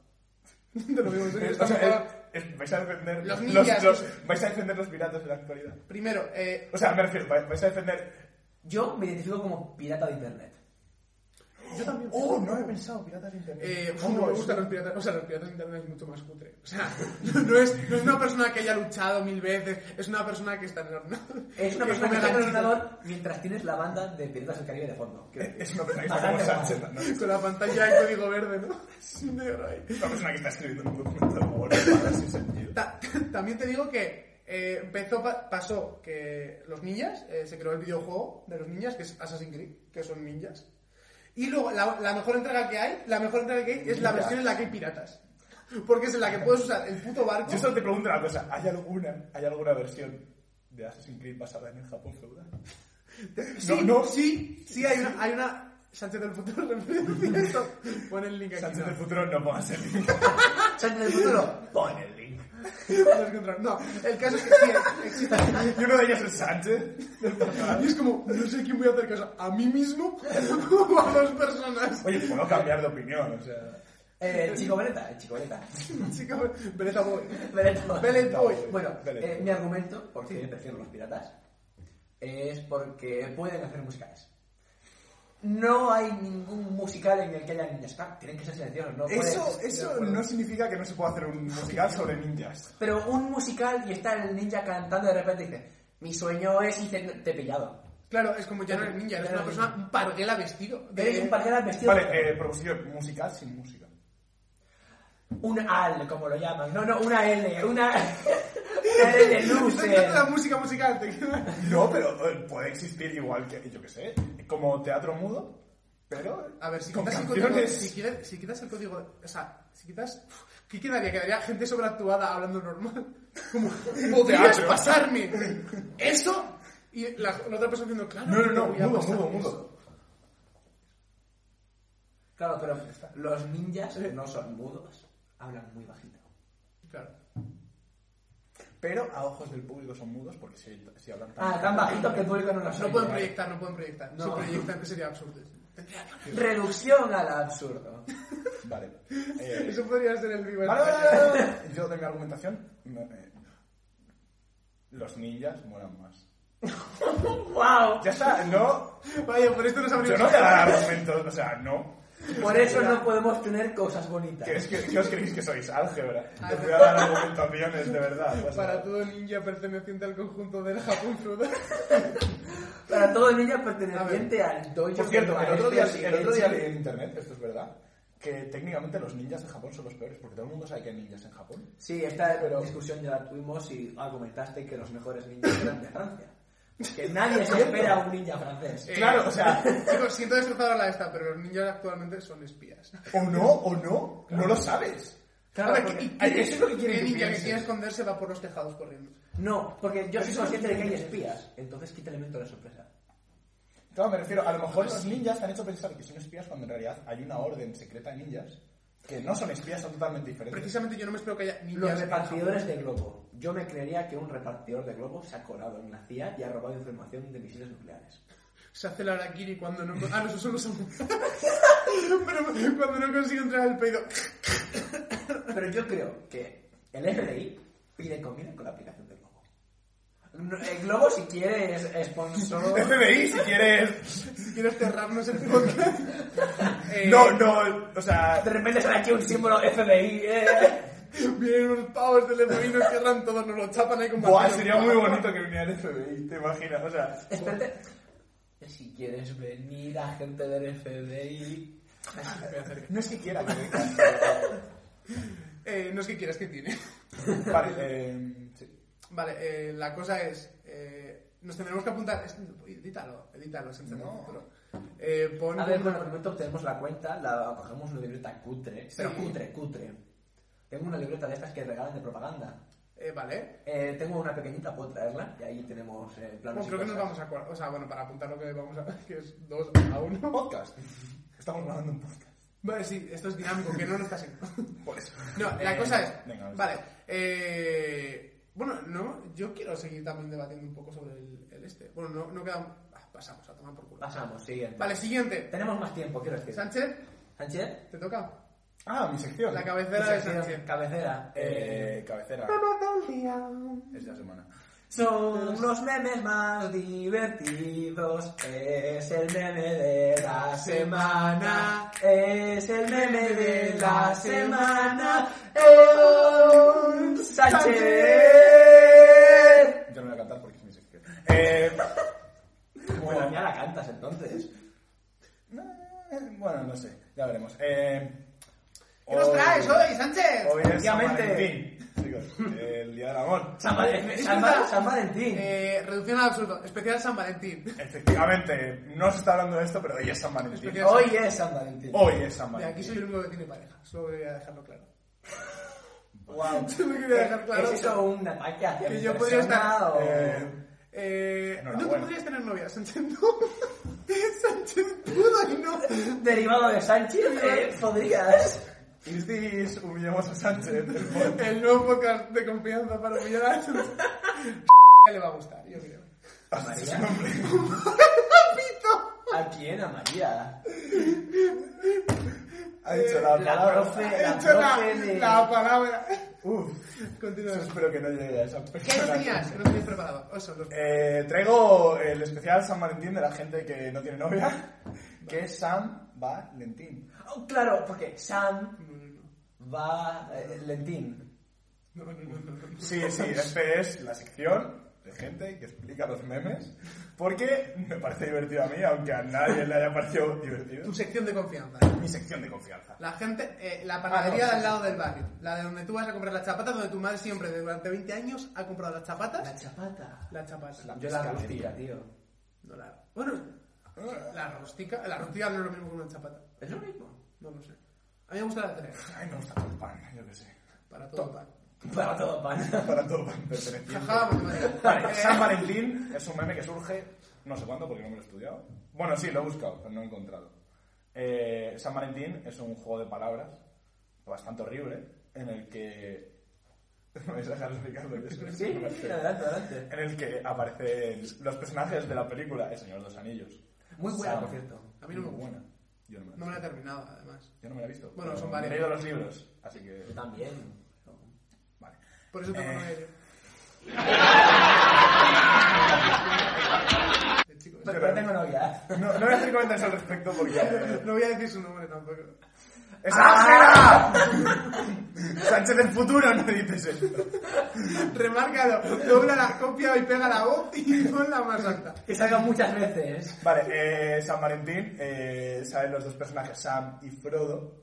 Speaker 1: Te lo digo en serio,
Speaker 2: Eh,
Speaker 1: está
Speaker 2: o sea,
Speaker 1: mejor.
Speaker 2: eh, eh, vais a defender
Speaker 1: Los ninjas.
Speaker 2: vais a defender los piratas en la actualidad.
Speaker 1: Primero, eh,
Speaker 2: O sea, me refiero, vais vais a defender.
Speaker 3: Yo me identifico como pirata de internet.
Speaker 1: yo también.
Speaker 2: Oh, no he pensado piratas de internet.
Speaker 1: Eh, uf,
Speaker 2: Oh,
Speaker 1: no me
Speaker 2: es-
Speaker 1: gustan los piratas, o sea, los piratas de internet es mucho más cutre. O sea, no, no es, no es una persona que haya luchado mil veces, es una persona que está en el ordenador.
Speaker 3: Es una
Speaker 1: Que
Speaker 3: persona
Speaker 1: come
Speaker 3: que está en el
Speaker 1: ganchitos
Speaker 3: ordenador mientras tienes la banda de Piratas del Caribe de fondo. Quiero decir.
Speaker 2: Es una persona que está como
Speaker 3: Bastante mal.
Speaker 2: Sánchez. ¿no?
Speaker 1: Con la pantalla de código verde, ¿no? Sin negro ahí.
Speaker 2: Es una persona que está escribiendo un documento de Word para darse sentido.
Speaker 1: Ta- también te digo que eh, empezó, pa- pasó que los ninjas, eh, se creó el videojuego de los ninjas, que es Assassin's Creed, que son ninjas. Y luego, la, la mejor entrega que hay, la mejor entrega que hay es la
Speaker 2: Ninjas.
Speaker 1: versión en la que hay piratas. Porque es en la que puedes usar el puto barco.
Speaker 2: Yo solo te pregunto una cosa, ¿hay alguna, ¿hay alguna versión de Assassin's Creed basada en el Japón feudal?
Speaker 1: Sí,
Speaker 2: No, no.
Speaker 1: sí, sí, hay una, hay una Sánchez del futuro referencia. Pon el link aquí.
Speaker 2: Sánchez
Speaker 1: no.
Speaker 2: del futuro no pongas el link.
Speaker 3: Sánchez del futuro.
Speaker 2: Pon el link.
Speaker 1: No, es que otro- No, el caso es que sí, existe.
Speaker 2: Y uno de ellos es Sánchez. del
Speaker 1: Y
Speaker 2: futuro.
Speaker 1: es como, no sé a quién voy a hacer caso, a mí mismo o a dos personas.
Speaker 2: Oye, puedo cambiar de opinión, o sea...
Speaker 3: Eh, el chico Veleta, el chico Veleta.
Speaker 1: Chico, Beleta Boy.
Speaker 3: Veleta.
Speaker 1: Bellet Boy.
Speaker 3: Bueno,
Speaker 2: Veleta.
Speaker 3: eh, mi argumento, por qué prefiero los piratas, es porque pueden hacer musicales. No hay ningún musical en el que haya ninjas. Claro, tienen que ser silenciosos, no pueden-
Speaker 2: Eso, eso no significa que no se pueda hacer un musical sobre ninjas.
Speaker 3: Pero un musical y está el ninja cantando de repente y dice, mi sueño es y dice, te he pillado.
Speaker 1: Claro, es como ya no eres ninja, eres una persona, un parguela vestido. de-
Speaker 3: Eres un parguela vestido
Speaker 2: Vale, eh, proposición musical sin música.
Speaker 3: Un AL, como lo llaman. No, no, una L, una, una L de
Speaker 1: Está
Speaker 3: luces.
Speaker 1: entrando la música musical. te queda-
Speaker 2: No, pero eh, puede existir igual que, yo qué sé, como teatro mudo, pero...
Speaker 1: A ver, si
Speaker 2: con
Speaker 1: quitas el código.
Speaker 2: canciones.
Speaker 1: Si, quieres- si quitas el código. O sea, si quitas. ¿Qué quedaría? Quedaría gente sobreactuada hablando normal. Como, podrías
Speaker 2: Teatro.
Speaker 1: pasarme eso. Y la, la otra persona diciendo, claro.
Speaker 2: No, no, no,
Speaker 1: voy a
Speaker 2: mudo,
Speaker 1: pasar
Speaker 2: mudo,
Speaker 1: eso.
Speaker 2: mudo.
Speaker 3: Claro, pero los ninjas no son mudos, hablan muy bajito.
Speaker 1: Claro.
Speaker 2: Pero a ojos del público son mudos porque si, si hablan tan...
Speaker 3: Ah, tan bajito que el público no los
Speaker 1: No
Speaker 3: oye.
Speaker 1: pueden proyectar, no pueden proyectar.
Speaker 3: No.
Speaker 1: Si proyectan, que sería absurdo.
Speaker 3: Reducción al absurdo.
Speaker 2: Vale. Eh,
Speaker 1: Eso podría ser el vivo.
Speaker 2: Vale, vale, vale, vale. Yo de mi argumentación, me- eh, los ninjas molan más.
Speaker 3: ¡Wow!
Speaker 2: Ya está, no.
Speaker 1: Vaya, por esto nos
Speaker 2: Yo
Speaker 1: abrimos.
Speaker 2: no voy a dar argumentos, o sea, no.
Speaker 3: Por eso no podemos tener cosas bonitas.
Speaker 2: ¿Qué, es que, ¿Qué os creéis que sois? Álgebra. Yo voy a dar argumentaciones, de verdad. ya
Speaker 1: Para
Speaker 2: sabes.
Speaker 1: todo ninja perteneciente al conjunto del Japón feudal.
Speaker 3: Para todo ninja perteneciente al dojo.
Speaker 2: Por cierto,
Speaker 3: del
Speaker 2: el otro día,
Speaker 3: maestro
Speaker 2: el otro día leí
Speaker 3: Shigenji.
Speaker 2: en internet, esto es verdad, que técnicamente los ninjas de Japón son los peores, porque todo el mundo sabe que hay ninjas en Japón.
Speaker 3: Sí, esta
Speaker 2: Pero-
Speaker 3: discusión ya la tuvimos y argumentaste que los mejores ninjas eran de Francia. Que nadie se espera a un ninja francés.
Speaker 1: Eh,
Speaker 2: Claro, o sea,
Speaker 1: Chicos, siento destrozar la esta, pero los ninjas actualmente son espías.
Speaker 2: o no, o no, no lo sabes.
Speaker 3: Claro,
Speaker 1: Ahora,
Speaker 3: porque-
Speaker 1: ¿qué- qué-
Speaker 2: eso es lo que quieren
Speaker 1: qué
Speaker 2: que
Speaker 1: ninja que
Speaker 2: pienses.
Speaker 1: quiere esconderse va por los tejados corriendo.
Speaker 3: No, porque yo soy consciente de que hay espías. Entonces, quita el elemento de la sorpresa.
Speaker 2: Claro, me refiero, a lo mejor los ninjas te han hecho pensar que son espías cuando en realidad hay una orden secreta de ninjas que no son espías, son totalmente diferentes.
Speaker 1: Precisamente yo no me espero que haya ninjas.
Speaker 3: Los
Speaker 1: en
Speaker 3: repartidores de globo. Yo me creería que un repartidor de globo se ha colado en la CIA y ha robado información de misiles nucleares.
Speaker 1: Japón. Se hace la Arakiri cuando no. Ah, no, eso solo son. pero cuando no consigue entrar al pedido.
Speaker 3: Pero yo creo que el FBI pide comida con la aplicación de globo. No, El globo, si quiere, es sponsor.
Speaker 2: FBI, si quieres.
Speaker 1: Si quieres cerrarnos el podcast. Eh,
Speaker 2: No, no, o sea,
Speaker 3: De repente sale aquí un símbolo FBI. eh.
Speaker 1: Vienen unos pavos del FBI, nos cierran todos, nos lo chapan ahí con
Speaker 2: buah,
Speaker 1: martillo.
Speaker 2: sería muy bonito que viniera el FBI, te imaginas, o sea.
Speaker 3: Espérate. Si quieres venir, agente del FBI.
Speaker 1: Voy a hacer-
Speaker 2: No es que quiera que venga.
Speaker 1: Eh, no es que quieras que tiene.
Speaker 2: Vale, eh, sí.
Speaker 1: Vale, eh, la cosa es. eh, nos tendremos que apuntar. es- edítalo, edítalo, sin ser
Speaker 2: No.
Speaker 1: futuro. Eh, pon
Speaker 3: A ver,
Speaker 1: una-
Speaker 3: bueno, primero obtenemos la cuenta, la cogemos una libreta cutre. Pero cutre, cutre. Tengo una libreta de estas que regalan de propaganda.
Speaker 1: eh, vale.
Speaker 3: Eh, tengo una pequeñita, puedo traerla. Y ahí tenemos eh, planos.
Speaker 1: Bueno,
Speaker 3: y
Speaker 1: creo que nos
Speaker 3: cosas.
Speaker 1: vamos a acordar. O sea, bueno, para apuntar lo que vamos a. que es 2 a 1.
Speaker 2: Podcast. Estamos grabando un podcast.
Speaker 1: Vale, sí, esto es dinámico, que no lo estás en.
Speaker 2: Por eso.
Speaker 1: No, la cosa es.
Speaker 2: Venga, vamos.
Speaker 1: vale. eh, bueno, no, yo quiero seguir también debatiendo un poco sobre el, el este. Bueno, no, no queda. ah, pasamos a tomar por culo.
Speaker 3: Pasamos, siguiente.
Speaker 1: Vale, siguiente.
Speaker 3: Tenemos más tiempo, quiero decir.
Speaker 1: Sánchez,
Speaker 3: Sánchez.
Speaker 1: te toca.
Speaker 2: Ah, mi sección.
Speaker 1: La cabecera de
Speaker 3: sección,
Speaker 1: Sánchez.
Speaker 3: Cabecera. Eh,
Speaker 2: Eh, cabecera. Es de la semana.
Speaker 3: Son los memes más divertidos. Es el meme de la semana. Es el meme de la semana. ¡Eon Sánchez.
Speaker 2: Yo no voy a cantar porque es mi sección. Eh,
Speaker 3: Bueno, ya la cantas entonces.
Speaker 2: no, eh, bueno, no sé. Ya veremos. Eh,
Speaker 1: ¿Qué nos
Speaker 2: hoy-
Speaker 1: traes hoy, Sánchez?
Speaker 2: Hoy es San
Speaker 3: Obviamente.
Speaker 2: Valentín, chicos. El Día del Amor.
Speaker 3: San Valentín. San
Speaker 1: Disfruta.
Speaker 3: Val- San Valentín.
Speaker 1: Eh, reducción al absurdo. Especial San Valentín.
Speaker 2: Efectivamente, no se está hablando de esto, pero hoy es San Valentín.
Speaker 1: Especial-
Speaker 3: Hoy es San Valentín.
Speaker 2: Hoy es San
Speaker 1: De aquí
Speaker 2: Valentín.
Speaker 1: soy el único que tiene pareja. Solo quería dejarlo claro.
Speaker 3: Wow.
Speaker 1: Solo quería dejar claro.
Speaker 3: ¿Es eso un ataque hacia
Speaker 1: Que
Speaker 3: mi
Speaker 1: yo podría
Speaker 3: persona
Speaker 1: estar-
Speaker 3: o-
Speaker 2: Eh,
Speaker 1: Eh, no, tú
Speaker 2: Enhorabuena.
Speaker 1: podrías tener novia, Sánchez no. Sánchez pudo y no.
Speaker 3: Derivado de Sánchez, eh, podrías.
Speaker 2: Is this humillamos a Sánchez? el podcast.
Speaker 1: El nuevo podcast de confianza para humillar a Sánchez. le va a gustar, yo creo.
Speaker 3: ¿A María? ¿A quién? ¿A María?
Speaker 2: Ha
Speaker 1: Eh,
Speaker 2: dicho la,
Speaker 3: La
Speaker 2: palabra.
Speaker 3: profe-
Speaker 2: ha
Speaker 3: la
Speaker 2: dicho la,
Speaker 3: profe de-
Speaker 2: la palabra. Uf.
Speaker 1: Continúa.
Speaker 2: Eso espero que no llegue a esa
Speaker 1: ¿Qué
Speaker 2: persona.
Speaker 1: tenías? Que no tenías preparado. Oso, los...
Speaker 2: Eh, traigo el especial San Valentín de la gente que no tiene novia, que es San Valentín.
Speaker 3: Oh, claro, porque Sam
Speaker 1: No, no, no.
Speaker 3: va eh, lentín.
Speaker 1: No, no, no, no, no.
Speaker 2: Sí, sí, este es la sección de gente que explica los memes, porque me parece divertido a mí, aunque a nadie le haya parecido divertido.
Speaker 1: Tu sección de confianza.
Speaker 2: Mi sección de confianza.
Speaker 1: La gente, eh, la panadería
Speaker 2: Ah, no, sí,
Speaker 1: de al
Speaker 2: sí,
Speaker 1: lado del barrio. La de donde tú vas a comprar las chapatas, donde tu madre siempre, de- durante 20 años, ha comprado las
Speaker 3: La
Speaker 1: chapatas.
Speaker 3: chapata.
Speaker 1: Las chapatas.
Speaker 3: Yo la
Speaker 2: pescadería.
Speaker 3: rústica, tío.
Speaker 1: No la... Bueno, la rústica. La rústica no es lo mismo que una chapata.
Speaker 3: Es lo mismo.
Speaker 1: No lo sé. A mí me gusta la tres.
Speaker 2: Ay, me gusta todo el pan, yo qué sé.
Speaker 1: Para todo pan.
Speaker 3: Para todo pan.
Speaker 2: Para todo pan perteneciente.
Speaker 1: Jaja, matemática.
Speaker 2: Vale,
Speaker 1: Eh,
Speaker 2: San Valentín es un meme que surge, no sé cuándo porque no me lo he estudiado. Bueno, sí, lo he buscado, pero no lo he encontrado. Eh, San Valentín es un juego de palabras bastante horrible en el que. ¿Me vais a dejar explicarlo? Yo sé.
Speaker 3: Sí, adelante, adelante.
Speaker 2: En el que aparecen los personajes de la película El Señor de los Anillos.
Speaker 3: Muy buena,
Speaker 2: Sam.
Speaker 3: por cierto.
Speaker 1: A mí no me
Speaker 2: Muy
Speaker 1: gusta.
Speaker 2: buena. Yo no me
Speaker 1: No me la
Speaker 2: la he
Speaker 1: he
Speaker 2: visto.
Speaker 1: terminado, además.
Speaker 2: Yo no me la he visto.
Speaker 1: Bueno,
Speaker 2: pero
Speaker 1: son
Speaker 2: me
Speaker 1: varias.
Speaker 2: He leído los libros, así que.
Speaker 3: Yo también.
Speaker 2: Vale.
Speaker 1: Por eso tengo
Speaker 2: Eh.
Speaker 1: novia yo. El chico-
Speaker 3: Pero, pero tengo novia.
Speaker 2: No, no voy a hacer comentarios al respecto porque. eh,
Speaker 1: No voy a decir su nombre tampoco.
Speaker 2: ¡Es Ángela!
Speaker 1: Ah.
Speaker 2: Sánchez del futuro, no dices esto.
Speaker 1: Remárcalo, dobla la copia y pega la voz y ponla más alta.
Speaker 3: Que salga muchas veces.
Speaker 2: Vale, eh, San Valentín, eh, salen los dos personajes, Sam y Frodo.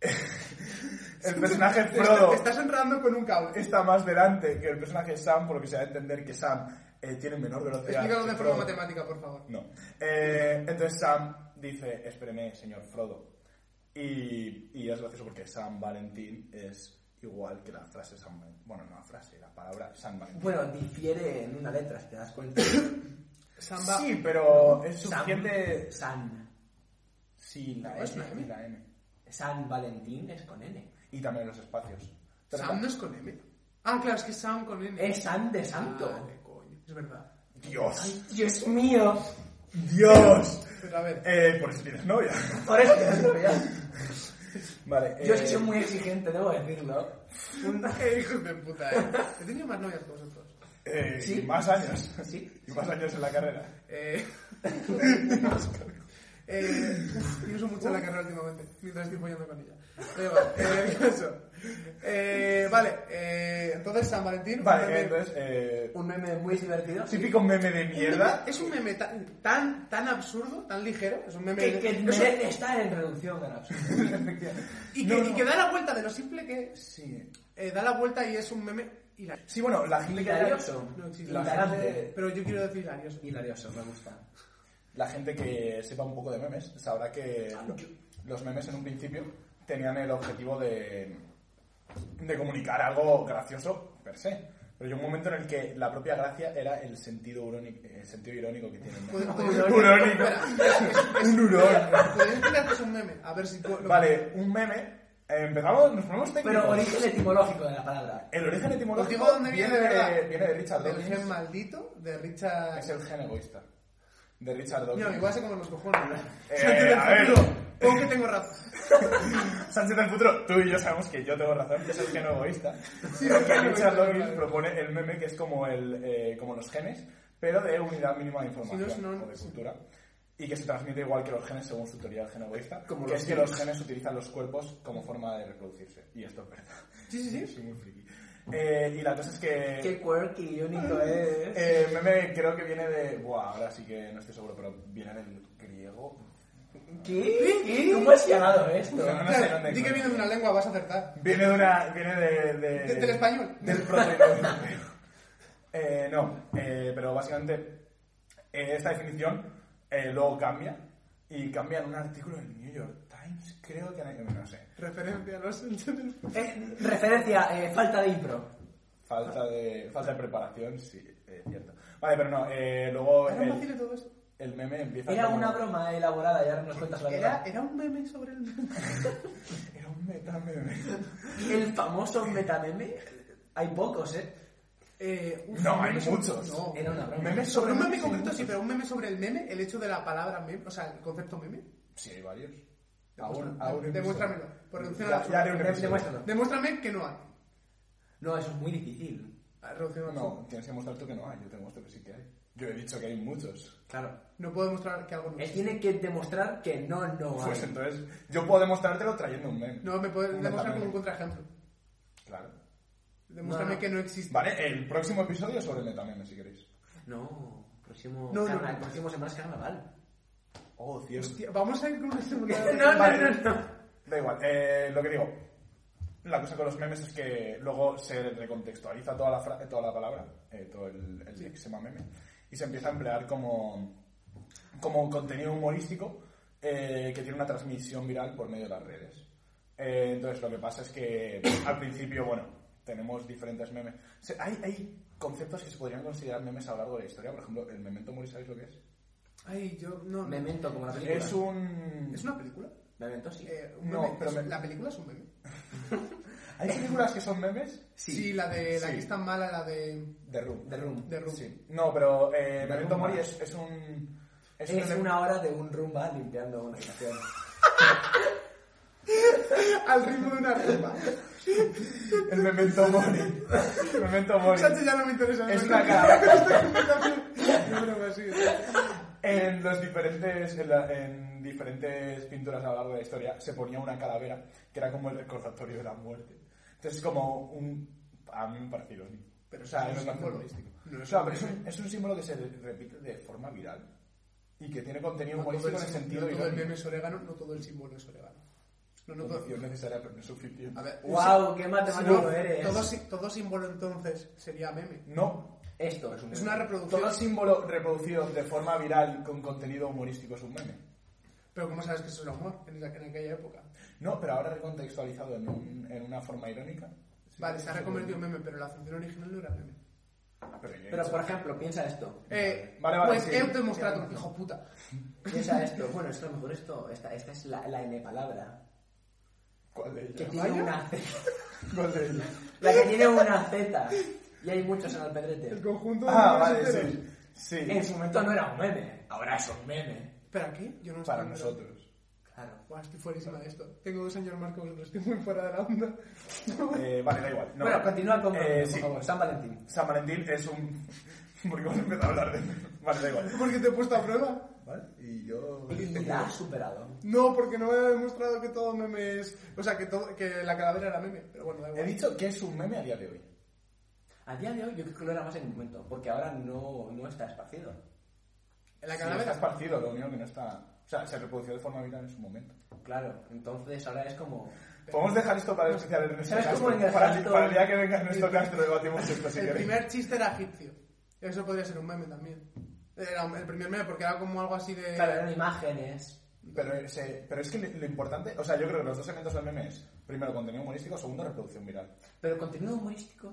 Speaker 2: El personaje
Speaker 1: Te está-
Speaker 2: Frodo
Speaker 1: Te estás enredando con un cable.
Speaker 2: está más delante que el personaje Sam, por lo que se da a entender que Sam eh, tiene menor velocidad.
Speaker 1: Explícalo de
Speaker 2: que
Speaker 1: forma
Speaker 2: Frodo.
Speaker 1: matemática, por favor.
Speaker 2: No. Eh, entonces Sam dice, espéreme, señor Frodo. Y, y es gracioso porque San Valentín es igual que la frase San Valentín. Bueno, no la frase, la palabra San Valentín.
Speaker 3: Bueno, difiere en una letra, si te das cuenta.
Speaker 1: Samba.
Speaker 2: Sí, pero es
Speaker 3: Sam.
Speaker 2: suficiente...
Speaker 3: San.
Speaker 2: Sí, la
Speaker 1: No, es
Speaker 2: N,
Speaker 1: una M.
Speaker 2: la N.
Speaker 3: San Valentín es con N.
Speaker 2: Y también los espacios. Pero
Speaker 1: Sam no es con M. Ah, claro, es que es Sam con N.
Speaker 3: Es San de Santo.
Speaker 2: Ah.
Speaker 1: Vale, coño, es verdad.
Speaker 2: ¡Dios!
Speaker 3: Dios mío.
Speaker 2: ¡Dios!
Speaker 1: Pero a ver,
Speaker 2: Eh, por eso tienes novia.
Speaker 3: Por eso te lo veas.
Speaker 2: Vale.
Speaker 3: Yo es
Speaker 2: eh,
Speaker 3: que soy muy exigente, debo decirlo.
Speaker 1: qué hijos de puta, eh. He tenido más novias que vosotros.
Speaker 2: eh,
Speaker 3: Sí.
Speaker 2: Y más años.
Speaker 3: Sí.
Speaker 2: Y más años en la carrera.
Speaker 1: Eh, eh, uf, yo uso mucho la carrera últimamente, mientras estoy follando con ella. Da igual, eh, eso. Eh, vale, eh, entonces San Valentín. un
Speaker 2: Vale,
Speaker 1: meme-
Speaker 2: entonces... Eh,
Speaker 3: Un meme muy divertido.
Speaker 2: típico meme de mierda.
Speaker 1: Es un meme tan, tan, tan absurdo, tan ligero. Es un meme.
Speaker 3: Que, que
Speaker 1: es un-
Speaker 3: merece estar en reducción en absoluto.
Speaker 1: y, que,
Speaker 2: No, no.
Speaker 1: y que da la vuelta de lo simple que es.
Speaker 2: Sí.
Speaker 1: Eh, da la vuelta y es un meme hilario.
Speaker 2: Sí, bueno, la gente que haya,
Speaker 3: Hilarioso.
Speaker 1: No existe.
Speaker 2: La
Speaker 3: Hilarante.
Speaker 1: Pero yo quiero decir hilarioso.
Speaker 3: Hilarioso, me gusta.
Speaker 2: la gente que sepa un poco de memes sabrá que los memes en un principio tenían el objetivo de, de comunicar algo gracioso per se. Pero llegó un momento en el que la propia gracia era el sentido irónico, el sentido irónico que tiene. el meme.
Speaker 1: Podemos-
Speaker 2: Urónico. Un hurón.
Speaker 1: Podemos explicar que es un meme. A ver si. co- lo-
Speaker 2: Vale, un meme. Eh, Empezamos, nos ponemos técnicos.
Speaker 3: Pero origen etimológico de la palabra.
Speaker 2: el origen
Speaker 1: Os
Speaker 2: etimológico
Speaker 1: digo dónde viene,
Speaker 2: viene,
Speaker 1: ¿verdad?
Speaker 2: de, viene de Richard
Speaker 1: Del gen
Speaker 2: Dawkins.
Speaker 1: maldito, de Richard.
Speaker 2: Es el gen egoísta. De Richard Dawkins.
Speaker 1: Mira, igual se como los cojones. ¿no?
Speaker 2: Eh,
Speaker 1: Sánchez del
Speaker 2: a ver.
Speaker 1: futuro, pon que tengo razón.
Speaker 2: Sánchez del futuro, tú y yo sabemos que yo tengo razón, que es el geno egoísta.
Speaker 1: Sí,
Speaker 2: Pero que
Speaker 1: sí,
Speaker 2: Richard
Speaker 1: sí,
Speaker 2: Dawkins
Speaker 1: sí.
Speaker 2: propone el meme que es como, el, eh, como los genes, pero de unidad mínima de información
Speaker 1: Si no es no-
Speaker 2: o de cultura. Y que se transmite igual que los genes según su teoría del geno egoísta,
Speaker 3: Como
Speaker 2: que
Speaker 3: los
Speaker 2: es que
Speaker 3: genes.
Speaker 2: los genes utilizan los cuerpos como forma de reproducirse. Y esto es verdad.
Speaker 1: Sí, sí, sí.
Speaker 2: Soy muy friki. Eh, y la cosa es que...
Speaker 3: Qué quirky y único es.
Speaker 2: Eh, meme creo que viene de... Buah, ahora sí que no estoy seguro, pero viene del griego.
Speaker 3: ¿Qué? ¿Qué? ¿Cómo has llamado esto?
Speaker 2: No, no sé
Speaker 1: Claro,
Speaker 2: dónde
Speaker 1: di que
Speaker 2: coño.
Speaker 1: viene de una lengua, vas a acertar.
Speaker 2: Viene de una. Viene de. de
Speaker 1: De- este del español.
Speaker 2: Del protoindoeuropeo. eh, no, eh, pero básicamente eh, esta definición eh, luego cambia y cambia en un artículo del New York Times, creo que en el- no sé.
Speaker 1: Referencia a los Sánchez del futuro.
Speaker 3: Eh, referencia, eh, falta de impro.
Speaker 2: Falta de, falta de preparación, sí, es cierto. Vale, pero no, eh, luego
Speaker 1: ¿Era fácil de
Speaker 2: el,
Speaker 1: todo eso?
Speaker 2: el meme empieza.
Speaker 3: Era
Speaker 2: como-
Speaker 3: una broma elaborada, ya nos cuentas la
Speaker 1: Era,
Speaker 3: verdad.
Speaker 1: era un meme sobre el meme.
Speaker 2: Era un metameme.
Speaker 3: El famoso metameme. Hay pocos, ¿eh?
Speaker 1: Eh, uf,
Speaker 2: No,
Speaker 1: un
Speaker 2: hay
Speaker 1: meme sobre-
Speaker 2: muchos.
Speaker 1: no.
Speaker 3: Era una broma.
Speaker 2: Memes
Speaker 1: Sobre un meme
Speaker 2: memes,
Speaker 1: concreto
Speaker 2: sí,
Speaker 1: sí, pero un meme sobre el meme, el hecho de la palabra meme, o sea, el concepto meme.
Speaker 2: Sí, hay varios. Aún, aún
Speaker 1: Demuéstramelo. Por reducción al
Speaker 2: Ya- ya haré
Speaker 1: absurdo.
Speaker 2: un episodio.
Speaker 3: Demuéstralo.
Speaker 1: Demuéstrame que no hay.
Speaker 3: No, eso es muy difícil.
Speaker 1: Ah, Reducción al absurdo.
Speaker 2: No, tienes que mostrar tú que no hay. Yo te muestro que sí que hay. Yo he dicho que hay muchos.
Speaker 3: Claro.
Speaker 1: No puedo demostrar que algo no
Speaker 3: Él
Speaker 1: existe.
Speaker 3: tiene que demostrar que no, no hay.
Speaker 2: Pues entonces, yo puedo demostrártelo trayendo un meme.
Speaker 1: No, me puedes
Speaker 2: Un
Speaker 1: demostrar
Speaker 2: meme.
Speaker 1: con un contraejemplo.
Speaker 2: Claro.
Speaker 1: Demuéstrame
Speaker 3: No, no.
Speaker 1: que no existe.
Speaker 2: Vale, el próximo episodio es sobre el metameme, si queréis.
Speaker 3: No, próximo,
Speaker 1: No, no,
Speaker 3: carna-
Speaker 1: no.
Speaker 3: próximo semana es carnaval.
Speaker 2: Oh, cierto.
Speaker 1: Hostia, Vamos a ir con una semana.
Speaker 3: No, no,
Speaker 2: Vale.
Speaker 3: no, no.
Speaker 2: Da igual, eh, lo que digo. La cosa con los memes es que luego se recontextualiza toda la, fra- toda la palabra, eh, todo el, el que se llama meme, y se empieza a emplear como, como contenido humorístico eh, que tiene una transmisión viral por medio de las redes. Eh, entonces lo que pasa es que al principio, bueno, tenemos diferentes memes. Se- hay, hay conceptos que se podrían considerar memes a lo largo de la historia, por ejemplo, el memento mori, ¿sabéis lo que es?
Speaker 1: Ay, yo no.
Speaker 3: Memento, como la película.
Speaker 2: Es un...
Speaker 1: ¿Es una película?
Speaker 3: Memento, sí.
Speaker 1: Eh, un
Speaker 2: No,
Speaker 1: meme.
Speaker 2: pero me-
Speaker 1: ¿La película es un meme?
Speaker 2: ¿Hay películas que son memes?
Speaker 1: Sí, la de la
Speaker 2: Sí.
Speaker 1: que es tan mala, la de.
Speaker 2: De Room.
Speaker 3: The Room.
Speaker 1: de Room.
Speaker 2: Sí. No, pero eh,
Speaker 3: The
Speaker 2: Memento
Speaker 3: Room
Speaker 2: Mori
Speaker 3: Bar.
Speaker 2: es, es un... Es,
Speaker 3: Es
Speaker 2: un-
Speaker 3: una hora de un rumba limpiando una habitación.
Speaker 1: Al ritmo de una rumba.
Speaker 2: El Memento Mori. El Memento Mori.
Speaker 1: Chacho, ya no me interesa.
Speaker 2: Es
Speaker 1: No,
Speaker 2: una
Speaker 1: no,
Speaker 2: cara.
Speaker 1: Estoy completamente- No, no, así.
Speaker 2: En, los diferentes, en, la- en diferentes pinturas a lo largo de la historia se ponía una calavera que era como el recordatorio de la muerte. Entonces es como un... A mí me parece irónico.
Speaker 1: Pero
Speaker 2: o sea,
Speaker 1: es un
Speaker 2: me parece
Speaker 1: símbolo.
Speaker 2: humorístico.
Speaker 1: No es
Speaker 2: Claro,
Speaker 1: un
Speaker 2: pero es
Speaker 1: meme.
Speaker 2: un, es un símbolo que se repite de forma viral y que tiene contenido
Speaker 1: No
Speaker 2: humorístico en el
Speaker 1: no
Speaker 2: sentido
Speaker 1: todo el
Speaker 2: irónico.
Speaker 1: meme es orégano, no todo el símbolo es orégano. No, no todo.
Speaker 2: Condición necesaria pero no suficiente.
Speaker 1: A ver, un
Speaker 3: ¡Guau!
Speaker 1: sí-
Speaker 3: ¡Qué
Speaker 1: si
Speaker 3: matemático
Speaker 1: no,
Speaker 3: eres!
Speaker 1: todo, sí- todo símbolo entonces sería meme.
Speaker 2: No,
Speaker 3: Esto es un
Speaker 1: Es
Speaker 3: meme.
Speaker 1: una
Speaker 2: Todo
Speaker 1: reproducción.
Speaker 2: símbolo reproducido de forma viral con contenido humorístico es un meme.
Speaker 1: Pero ¿cómo sabes que eso era humor en, esa- en aquella época?
Speaker 2: No, pero ahora recontextualizado en, un- en una forma irónica.
Speaker 1: vale, se ha reconvertido en meme, pero la función original no era meme.
Speaker 2: Pero, yo-
Speaker 3: Pero, por ejemplo, piensa esto.
Speaker 1: Eh,
Speaker 2: Vale, vale,
Speaker 1: pues
Speaker 2: sí.
Speaker 1: he demostrado, hijo puta.
Speaker 3: Piensa esto. Bueno, esto a lo mejor esto. Esta, esta es la, la N palabra.
Speaker 2: ¿Cuál de
Speaker 3: Que
Speaker 2: ellas?
Speaker 3: tiene
Speaker 1: ¿Vaya?
Speaker 3: una Z.
Speaker 2: ¿Cuál de ellas?
Speaker 3: La que tiene una Z. Y hay muchos en Alpedrete.
Speaker 1: El conjunto de
Speaker 2: Ah,
Speaker 1: números
Speaker 2: vale,
Speaker 1: enteros.
Speaker 2: sí. Sí,
Speaker 3: En su momento no era un meme. Ahora es un meme.
Speaker 1: ¿Pero qué? Yo no
Speaker 2: para
Speaker 1: estoy-
Speaker 2: nosotros.
Speaker 3: Claro.
Speaker 1: Buah, estoy fuerísima de esto. Tengo dos años más que vosotros, estoy muy fuera de la onda.
Speaker 2: Eh, vale, da igual. No.
Speaker 3: Bueno, continúa con
Speaker 2: Eh,
Speaker 3: por
Speaker 2: sí.
Speaker 3: favor. San Valentín.
Speaker 2: San Valentín es un... Porque hemos empezado a hablar de... Vale, da igual.
Speaker 1: ¿Por qué te he puesto a prueba?
Speaker 2: Vale, y yo...
Speaker 3: Y la has superado.
Speaker 1: No, porque no he demostrado que todo meme es... O sea, que, todo, que la calavera era meme, pero bueno, da
Speaker 2: He
Speaker 1: igual.
Speaker 2: dicho que es un meme a día de hoy.
Speaker 3: A día de hoy yo creo que lo era más en un momento, porque ahora no, no está esparcido.
Speaker 1: La
Speaker 2: Sí, está
Speaker 1: calavera...
Speaker 2: esparcido, lo único que no está... O sea, se reprodució de forma viral en su momento.
Speaker 3: Claro, entonces ahora es como...
Speaker 2: Podemos dejar esto para el especial de Ernesto
Speaker 3: ¿Sabes
Speaker 2: Castro.
Speaker 3: cómo en el
Speaker 2: para, el-
Speaker 3: Castro-
Speaker 2: para el día que venga Ernesto Castro debatimos esto si
Speaker 1: el
Speaker 2: queréis.
Speaker 1: primer chiste era egipcio. Eso podría ser un meme también. Era un- el primer meme porque era como algo así de...
Speaker 3: Claro, eran imágenes.
Speaker 2: Pero, ese- pero es que lo importante, o sea, yo creo que los dos elementos del meme es, primero, contenido humorístico, segundo, reproducción viral.
Speaker 3: Pero contenido humorístico...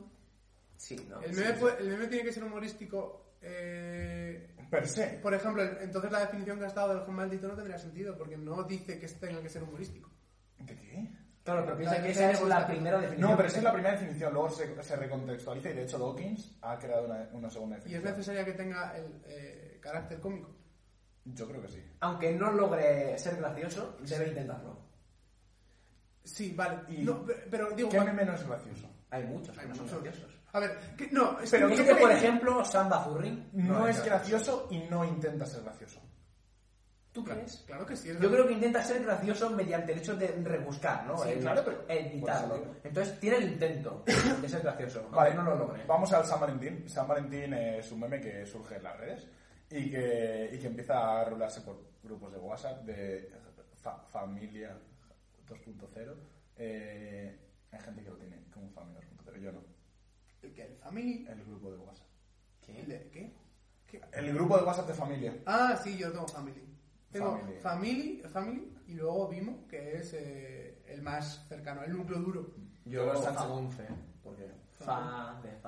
Speaker 3: Sí, ¿no?
Speaker 1: el,
Speaker 3: Sí,
Speaker 1: meme
Speaker 3: sí.
Speaker 1: fue- el meme tiene que ser humorístico... eh,
Speaker 2: Per se.
Speaker 1: Por ejemplo, el- entonces la definición que has dado del gen maldito no tendría sentido porque no dice que este tenga que ser humorístico.
Speaker 2: ¿De qué?
Speaker 3: Claro, pero piensa
Speaker 1: La-
Speaker 3: que esa es
Speaker 1: la-
Speaker 3: la primera definición.
Speaker 2: No, pero esa es la primera definición, luego se, se recontextualiza y de hecho Dawkins ha creado una, una segunda
Speaker 1: Y es
Speaker 2: definición.
Speaker 1: necesaria que tenga el eh, carácter cómico.
Speaker 2: Yo creo que sí.
Speaker 3: Aunque no logre ser gracioso, debe intentarlo.
Speaker 1: Sí, vale.
Speaker 2: Y-
Speaker 1: No, pe- pero digo...
Speaker 2: ¿Qué meme no es gracioso?
Speaker 3: Hay muchos que
Speaker 1: Hay
Speaker 3: no son
Speaker 1: muchos.
Speaker 3: graciosos.
Speaker 1: A ver, que- no, es
Speaker 2: Pero
Speaker 1: que-
Speaker 3: Dice
Speaker 2: ¿qué
Speaker 3: que, por
Speaker 2: meme?
Speaker 3: ejemplo, Samba Zurri
Speaker 2: No, es gracioso y no intenta ser gracioso.
Speaker 3: ¿Tú
Speaker 1: Claro,
Speaker 3: crees?
Speaker 1: claro que sí. es
Speaker 3: Yo
Speaker 1: verdad.
Speaker 3: creo que intenta ser gracioso mediante el hecho de rebuscar, ¿no?
Speaker 2: Sí,
Speaker 3: El-
Speaker 2: claro, pero-
Speaker 3: Editarlo.
Speaker 2: por eso
Speaker 3: Entonces tiene el intento de ser gracioso,
Speaker 2: Vale,
Speaker 3: vale. no lo logre.
Speaker 2: Vamos al San Valentín. San Valentín es un meme que surge en las redes y que, y que empieza a rolarse por grupos de WhatsApp de fa- familia 2.0. eh, hay gente que lo tiene como familia 2.0, yo no.
Speaker 1: El que- el familia.
Speaker 2: El grupo de WhatsApp.
Speaker 3: ¿Qué?
Speaker 1: el de- ¿Qué? ¿Qué?
Speaker 2: El grupo de WhatsApp de familia.
Speaker 1: ¿Eh? Ah, sí, yo tengo family. Tengo
Speaker 2: Family.
Speaker 1: family, family, y luego Vimo, que es eh, el más cercano, el núcleo duro.
Speaker 3: Yo
Speaker 2: Sánchez.
Speaker 3: fa 11, porque fa de
Speaker 1: fama.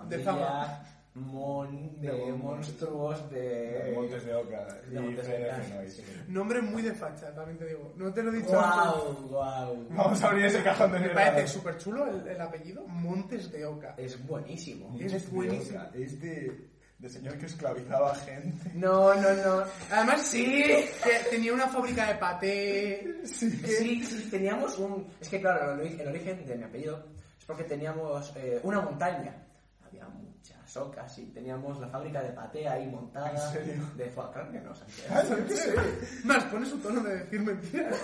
Speaker 3: familia, mon de,
Speaker 2: De
Speaker 3: monstruos, de...
Speaker 2: Montes de Oca.
Speaker 3: Eh, de Montes de
Speaker 2: y
Speaker 3: Oca.
Speaker 2: Fede Genois.
Speaker 1: Nombre muy de facha, también te digo. No te lo he dicho antes.
Speaker 3: Guau, guau.
Speaker 2: Vamos a abrir ese cajón de
Speaker 1: Me
Speaker 2: mierda.
Speaker 1: parece súper chulo el, el apellido, Montes de Oca.
Speaker 3: Es buenísimo.
Speaker 2: Montes de
Speaker 1: es buenísimo.
Speaker 2: Oca, Es de... de señor que esclavizaba gente.
Speaker 1: No, no, no. Además, sí, te- tenía una fábrica de paté.
Speaker 3: Sí, sí, teníamos un... Es que claro, el ori- el origen de mi apellido es porque teníamos eh, una montaña. Había muchas ocas y teníamos la fábrica de paté ahí montada.
Speaker 2: ¿En serio?
Speaker 3: De fue claro que no, o sea, que-
Speaker 1: Más, pones un tono de decir mentiras.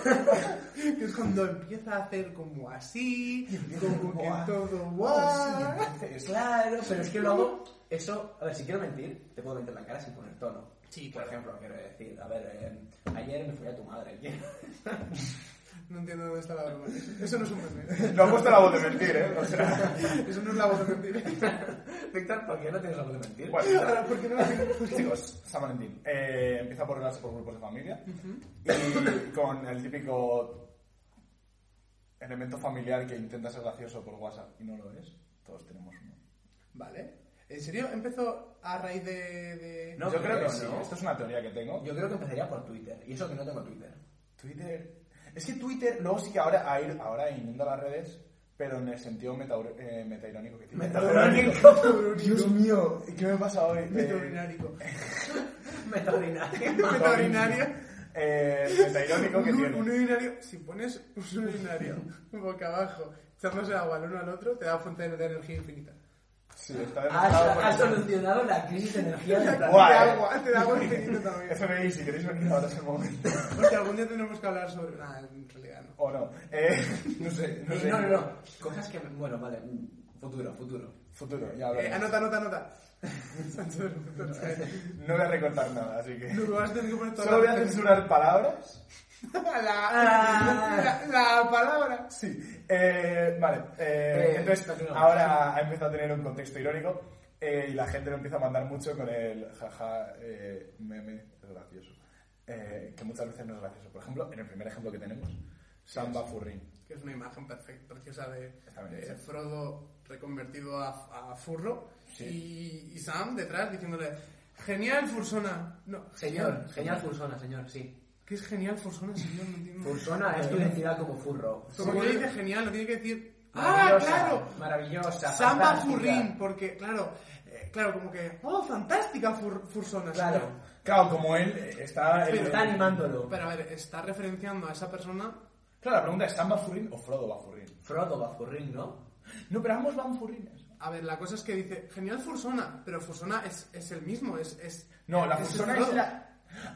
Speaker 1: que es cuando empieza a hacer como así, como que
Speaker 2: como a-
Speaker 1: todo
Speaker 2: Oh,
Speaker 1: guay.
Speaker 2: sí, entonces,
Speaker 3: Claro, pero es que lo hago... Eso, a ver, si quiero mentir, te puedo mentir en la cara sin poner tono.
Speaker 1: Sí,
Speaker 3: Por
Speaker 1: claro.
Speaker 3: ejemplo, quiero decir, a ver, eh, ayer me fui a tu madre.
Speaker 1: No entiendo dónde está la broma. Eso no es un meme.
Speaker 2: No ha puesto la voz de mentir, ¿eh? O sea,
Speaker 1: Eso no es la voz de mentira.
Speaker 3: Víctor, ¿por qué no tienes algo de mentir?
Speaker 2: bueno,
Speaker 1: Ahora, ¿por qué no lo
Speaker 2: Chicos, San Valentín. Eh, empieza por ordenarse por grupos de familia y con el típico elemento familiar que intenta ser gracioso por WhatsApp y no lo es. Todos tenemos uno.
Speaker 1: Vale. ¿En serio empezó a raíz de...? de-
Speaker 3: No,
Speaker 2: Yo creo que
Speaker 3: creo,
Speaker 2: sí.
Speaker 3: ¿no?
Speaker 2: Esto es una teoría que tengo.
Speaker 3: Yo creo que empezaría por Twitter, y eso que no tengo Twitter.
Speaker 2: Twitter. Es que Twitter, luego sí que ahora, ahí- ahora inunda las redes, pero en el sentido metauro- eh, metairónico que tiene.
Speaker 3: Metaurónico.
Speaker 2: Dios mío, ¿qué me pasa hoy? Eh,
Speaker 1: Veterinario.
Speaker 3: Metaurinario.
Speaker 1: Veterinario.
Speaker 2: Eh, metairónico que
Speaker 1: Un-
Speaker 2: tiene.
Speaker 1: Un urinario, si pones un urinario boca abajo, echándose agua el uno al otro, te da fuente de energía infinita.
Speaker 2: Sí, está
Speaker 3: Has,
Speaker 2: demostrado por
Speaker 3: has
Speaker 2: Ah, eso.
Speaker 3: solucionado la crisis de energía del planeta.
Speaker 2: Guau,
Speaker 1: te da
Speaker 2: eh.
Speaker 1: agua, te da agua infinita también.
Speaker 2: FBI, si queréis venir ahora es el momento.
Speaker 1: Porque algún día tenemos que hablar sobre. Nah, en realidad no.
Speaker 2: O no. Eh, no sé, no
Speaker 3: Eh,
Speaker 2: sé.
Speaker 3: No, no, no. Cosas que. Bueno, vale. mm, Futuro, futuro.
Speaker 2: Futuro, ya
Speaker 1: Eh,
Speaker 2: hablaremos.
Speaker 1: anota, anota, anota. Sancho, entonces,
Speaker 2: No voy a recortar nada, así que...
Speaker 1: No lo vas a tener que poner
Speaker 2: Solo voy
Speaker 1: toda
Speaker 2: a
Speaker 1: la,
Speaker 2: censurar palabras. Ah.
Speaker 1: la, la, la palabra.
Speaker 2: Sí. Eh, vale. eh,
Speaker 3: Eh,
Speaker 2: entonces,
Speaker 3: continuamos.
Speaker 2: ahora ha empezado a tener un contexto irónico eh, y la gente lo empieza a mandar mucho con el jaja eh, meme, es gracioso. Eh, que muchas veces no es gracioso. Por ejemplo, en el primer ejemplo que tenemos, Samba Furrin.
Speaker 1: que es una imagen perfecta, preciosa de,
Speaker 2: Está bien
Speaker 1: de
Speaker 2: hecha.
Speaker 1: Frodo reconvertido a, a furro
Speaker 2: Sí.
Speaker 1: y, y Sam detrás diciéndole genial Fursona no
Speaker 3: Señor, genial Fursona, señor, sí.
Speaker 1: qué es genial Fursona señor no entiendo
Speaker 3: Fursona es tu identidad como furro.
Speaker 1: Eh, como que le dice genial lo tiene que decir ah
Speaker 3: Maravillosa,
Speaker 1: claro
Speaker 3: Maravillosa.
Speaker 1: Samba
Speaker 3: fantástica.
Speaker 1: Furrín porque claro eh, claro como que oh fantástica Fur- Fursona
Speaker 3: Claro.
Speaker 1: señor".
Speaker 2: Claro, como él eh, está... el-
Speaker 3: Está animándolo.
Speaker 1: pero a ver está referenciando a esa persona
Speaker 2: Claro, la pregunta es ¿Samba Furrin o Frodo Bafurrin?
Speaker 3: Frodo va Furrín, ¿no?
Speaker 2: No, pero ambos van furrines.
Speaker 1: a ver, la cosa es que dice, genial Fursona, pero Fursona es, es el mismo, es... es
Speaker 2: No, la
Speaker 1: es el
Speaker 2: fursona es
Speaker 1: Frodo.
Speaker 2: la...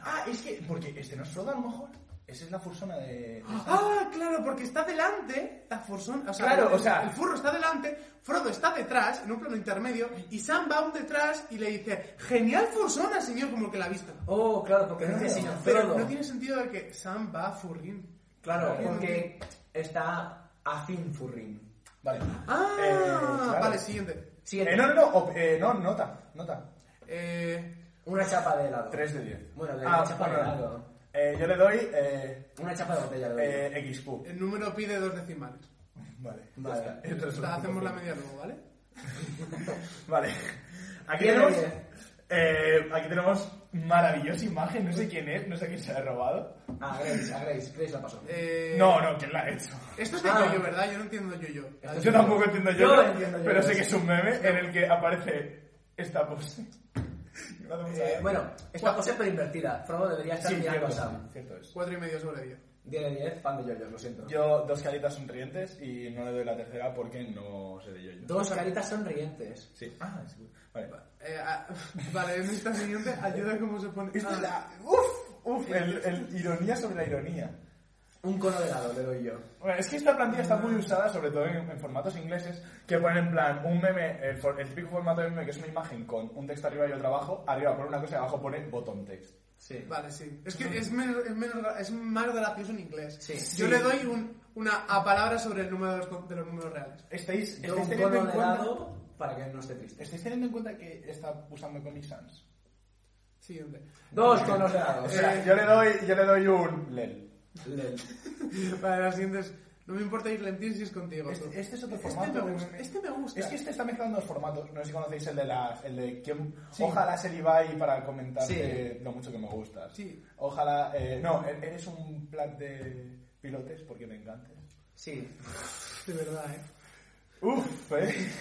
Speaker 2: Ah, es que... Porque este no es Frodo, a lo mejor. Esa es la fursona de...
Speaker 1: Ah, claro, porque está delante la Fursona. O sea,
Speaker 2: Claro,
Speaker 1: el,
Speaker 2: o sea-
Speaker 1: el furro está delante, Frodo está detrás, en un plano intermedio, y Sam va aún detrás y le dice, genial Fursona, señor, como que la ha visto.
Speaker 3: Oh, claro, porque no
Speaker 2: Claro.
Speaker 3: dice señor
Speaker 1: Pero
Speaker 3: Frodo.
Speaker 1: no tiene sentido de que Sam va a Eh, Furrin.
Speaker 3: Claro,
Speaker 2: Claro.
Speaker 3: porque está afín Furrín.
Speaker 2: Vale.
Speaker 1: Ah,
Speaker 2: Eh, claro.
Speaker 1: vale, siguiente.
Speaker 3: Siguiente.
Speaker 2: Eh, no, no, no, op- eh, no, nota, nota.
Speaker 1: Eh,
Speaker 3: Una chapa de helado.
Speaker 2: 3 de 10.
Speaker 3: Bueno, de
Speaker 2: Ah,
Speaker 3: chapa de
Speaker 2: bueno.
Speaker 3: helado.
Speaker 2: Eh, yo le doy eh,
Speaker 3: Una chapa de botella de helado.
Speaker 2: eh, XQ.
Speaker 1: el número pide dos decimales.
Speaker 2: Vale.
Speaker 3: Vale.
Speaker 2: ya está. Esto es
Speaker 1: O
Speaker 2: un
Speaker 1: sea, hacemos
Speaker 2: punto.
Speaker 1: la media luego, ¿vale?
Speaker 2: Vale. Aquí
Speaker 3: Bien,
Speaker 2: tenemos,
Speaker 3: bien.
Speaker 2: eh, aquí tenemos maravillosa imagen, no sé quién es, no sé quién se la ha robado.
Speaker 3: Ah, Grace, a Grace. Grace la pasó.
Speaker 1: Eh,
Speaker 2: No, no, ¿quién la ha hecho?
Speaker 1: Esto es de
Speaker 3: Ah.
Speaker 1: Yoyo, ¿verdad? Yo no entiendo Yoyo.
Speaker 3: Esto es
Speaker 2: Yo tampoco entiendo yo,
Speaker 3: Yo lo entiendo yo,
Speaker 2: pero
Speaker 3: yo
Speaker 2: sé
Speaker 3: sí.
Speaker 2: que es un meme en el que aparece esta pose. Me hace mucha
Speaker 3: Eh,
Speaker 2: gracia.
Speaker 3: bueno, esta cosa es invertida. Frodo debería estar
Speaker 2: sí,
Speaker 3: mirando
Speaker 2: cierto,
Speaker 3: a Sam.
Speaker 2: sí, cierto es.
Speaker 1: Cuatro y medio sobre diez.
Speaker 3: 10 de 10, fan de yoyos, lo siento.
Speaker 2: Yo dos caritas sonrientes y no le doy la tercera porque no sé de yo. yo.
Speaker 3: Dos caritas sonrientes.
Speaker 2: Sí. Ah, sí. Vale, va.
Speaker 1: Eh, ah, vale, en esta siguiente ayuda cómo se pone.
Speaker 2: Esta
Speaker 1: Ah.
Speaker 2: es la... Uf, uf, el, el ironía sobre la ironía.
Speaker 3: Un cono de helado le doy yo.
Speaker 2: Bueno, es que esta plantilla está muy usada, sobre todo en, en formatos ingleses, que ponen en plan un meme, el, for- el típico formato de meme que es una imagen con un texto arriba y otro abajo, arriba pone una cosa y abajo pone bottom text.
Speaker 3: Sí.
Speaker 1: Vale, sí. Es que es, menos, es, menos, gra- es más gracioso en inglés.
Speaker 3: Sí.
Speaker 1: Yo
Speaker 3: Sí.
Speaker 1: le doy un- una a palabra sobre el número de los, con- de los números reales.
Speaker 2: ¿Estáis,
Speaker 3: Yo
Speaker 1: Este
Speaker 2: estáis
Speaker 3: un
Speaker 2: teniendo
Speaker 3: cono
Speaker 2: en
Speaker 3: de
Speaker 2: cuenta,
Speaker 3: helado para que no esté triste.
Speaker 2: ¿Estáis teniendo en cuenta que está usando Comic Sans?
Speaker 1: Siguiente.
Speaker 3: Dos conos de helado.
Speaker 2: O sea,
Speaker 1: Eh.
Speaker 2: yo le doy, yo le doy un E lel.
Speaker 3: Lel.
Speaker 1: Vale, la siguiente es. No me importa ir lentil si es contigo. tú.
Speaker 2: Este, este es otro
Speaker 1: Este
Speaker 2: formato.
Speaker 1: me
Speaker 2: de
Speaker 1: gusta,
Speaker 2: meme.
Speaker 1: este me gusta.
Speaker 2: Es que este está mezclando dos formatos. No sé si conocéis el de las, el de quién.
Speaker 1: Sí.
Speaker 2: Ojalá ser Ibai para comentarte
Speaker 3: Sí.
Speaker 2: lo mucho que me gustas.
Speaker 1: Sí.
Speaker 2: Ojalá. eh, no, e- eres un plan de pilotes porque me encantas.
Speaker 3: Sí.
Speaker 1: De verdad, eh.
Speaker 2: Uf, eh.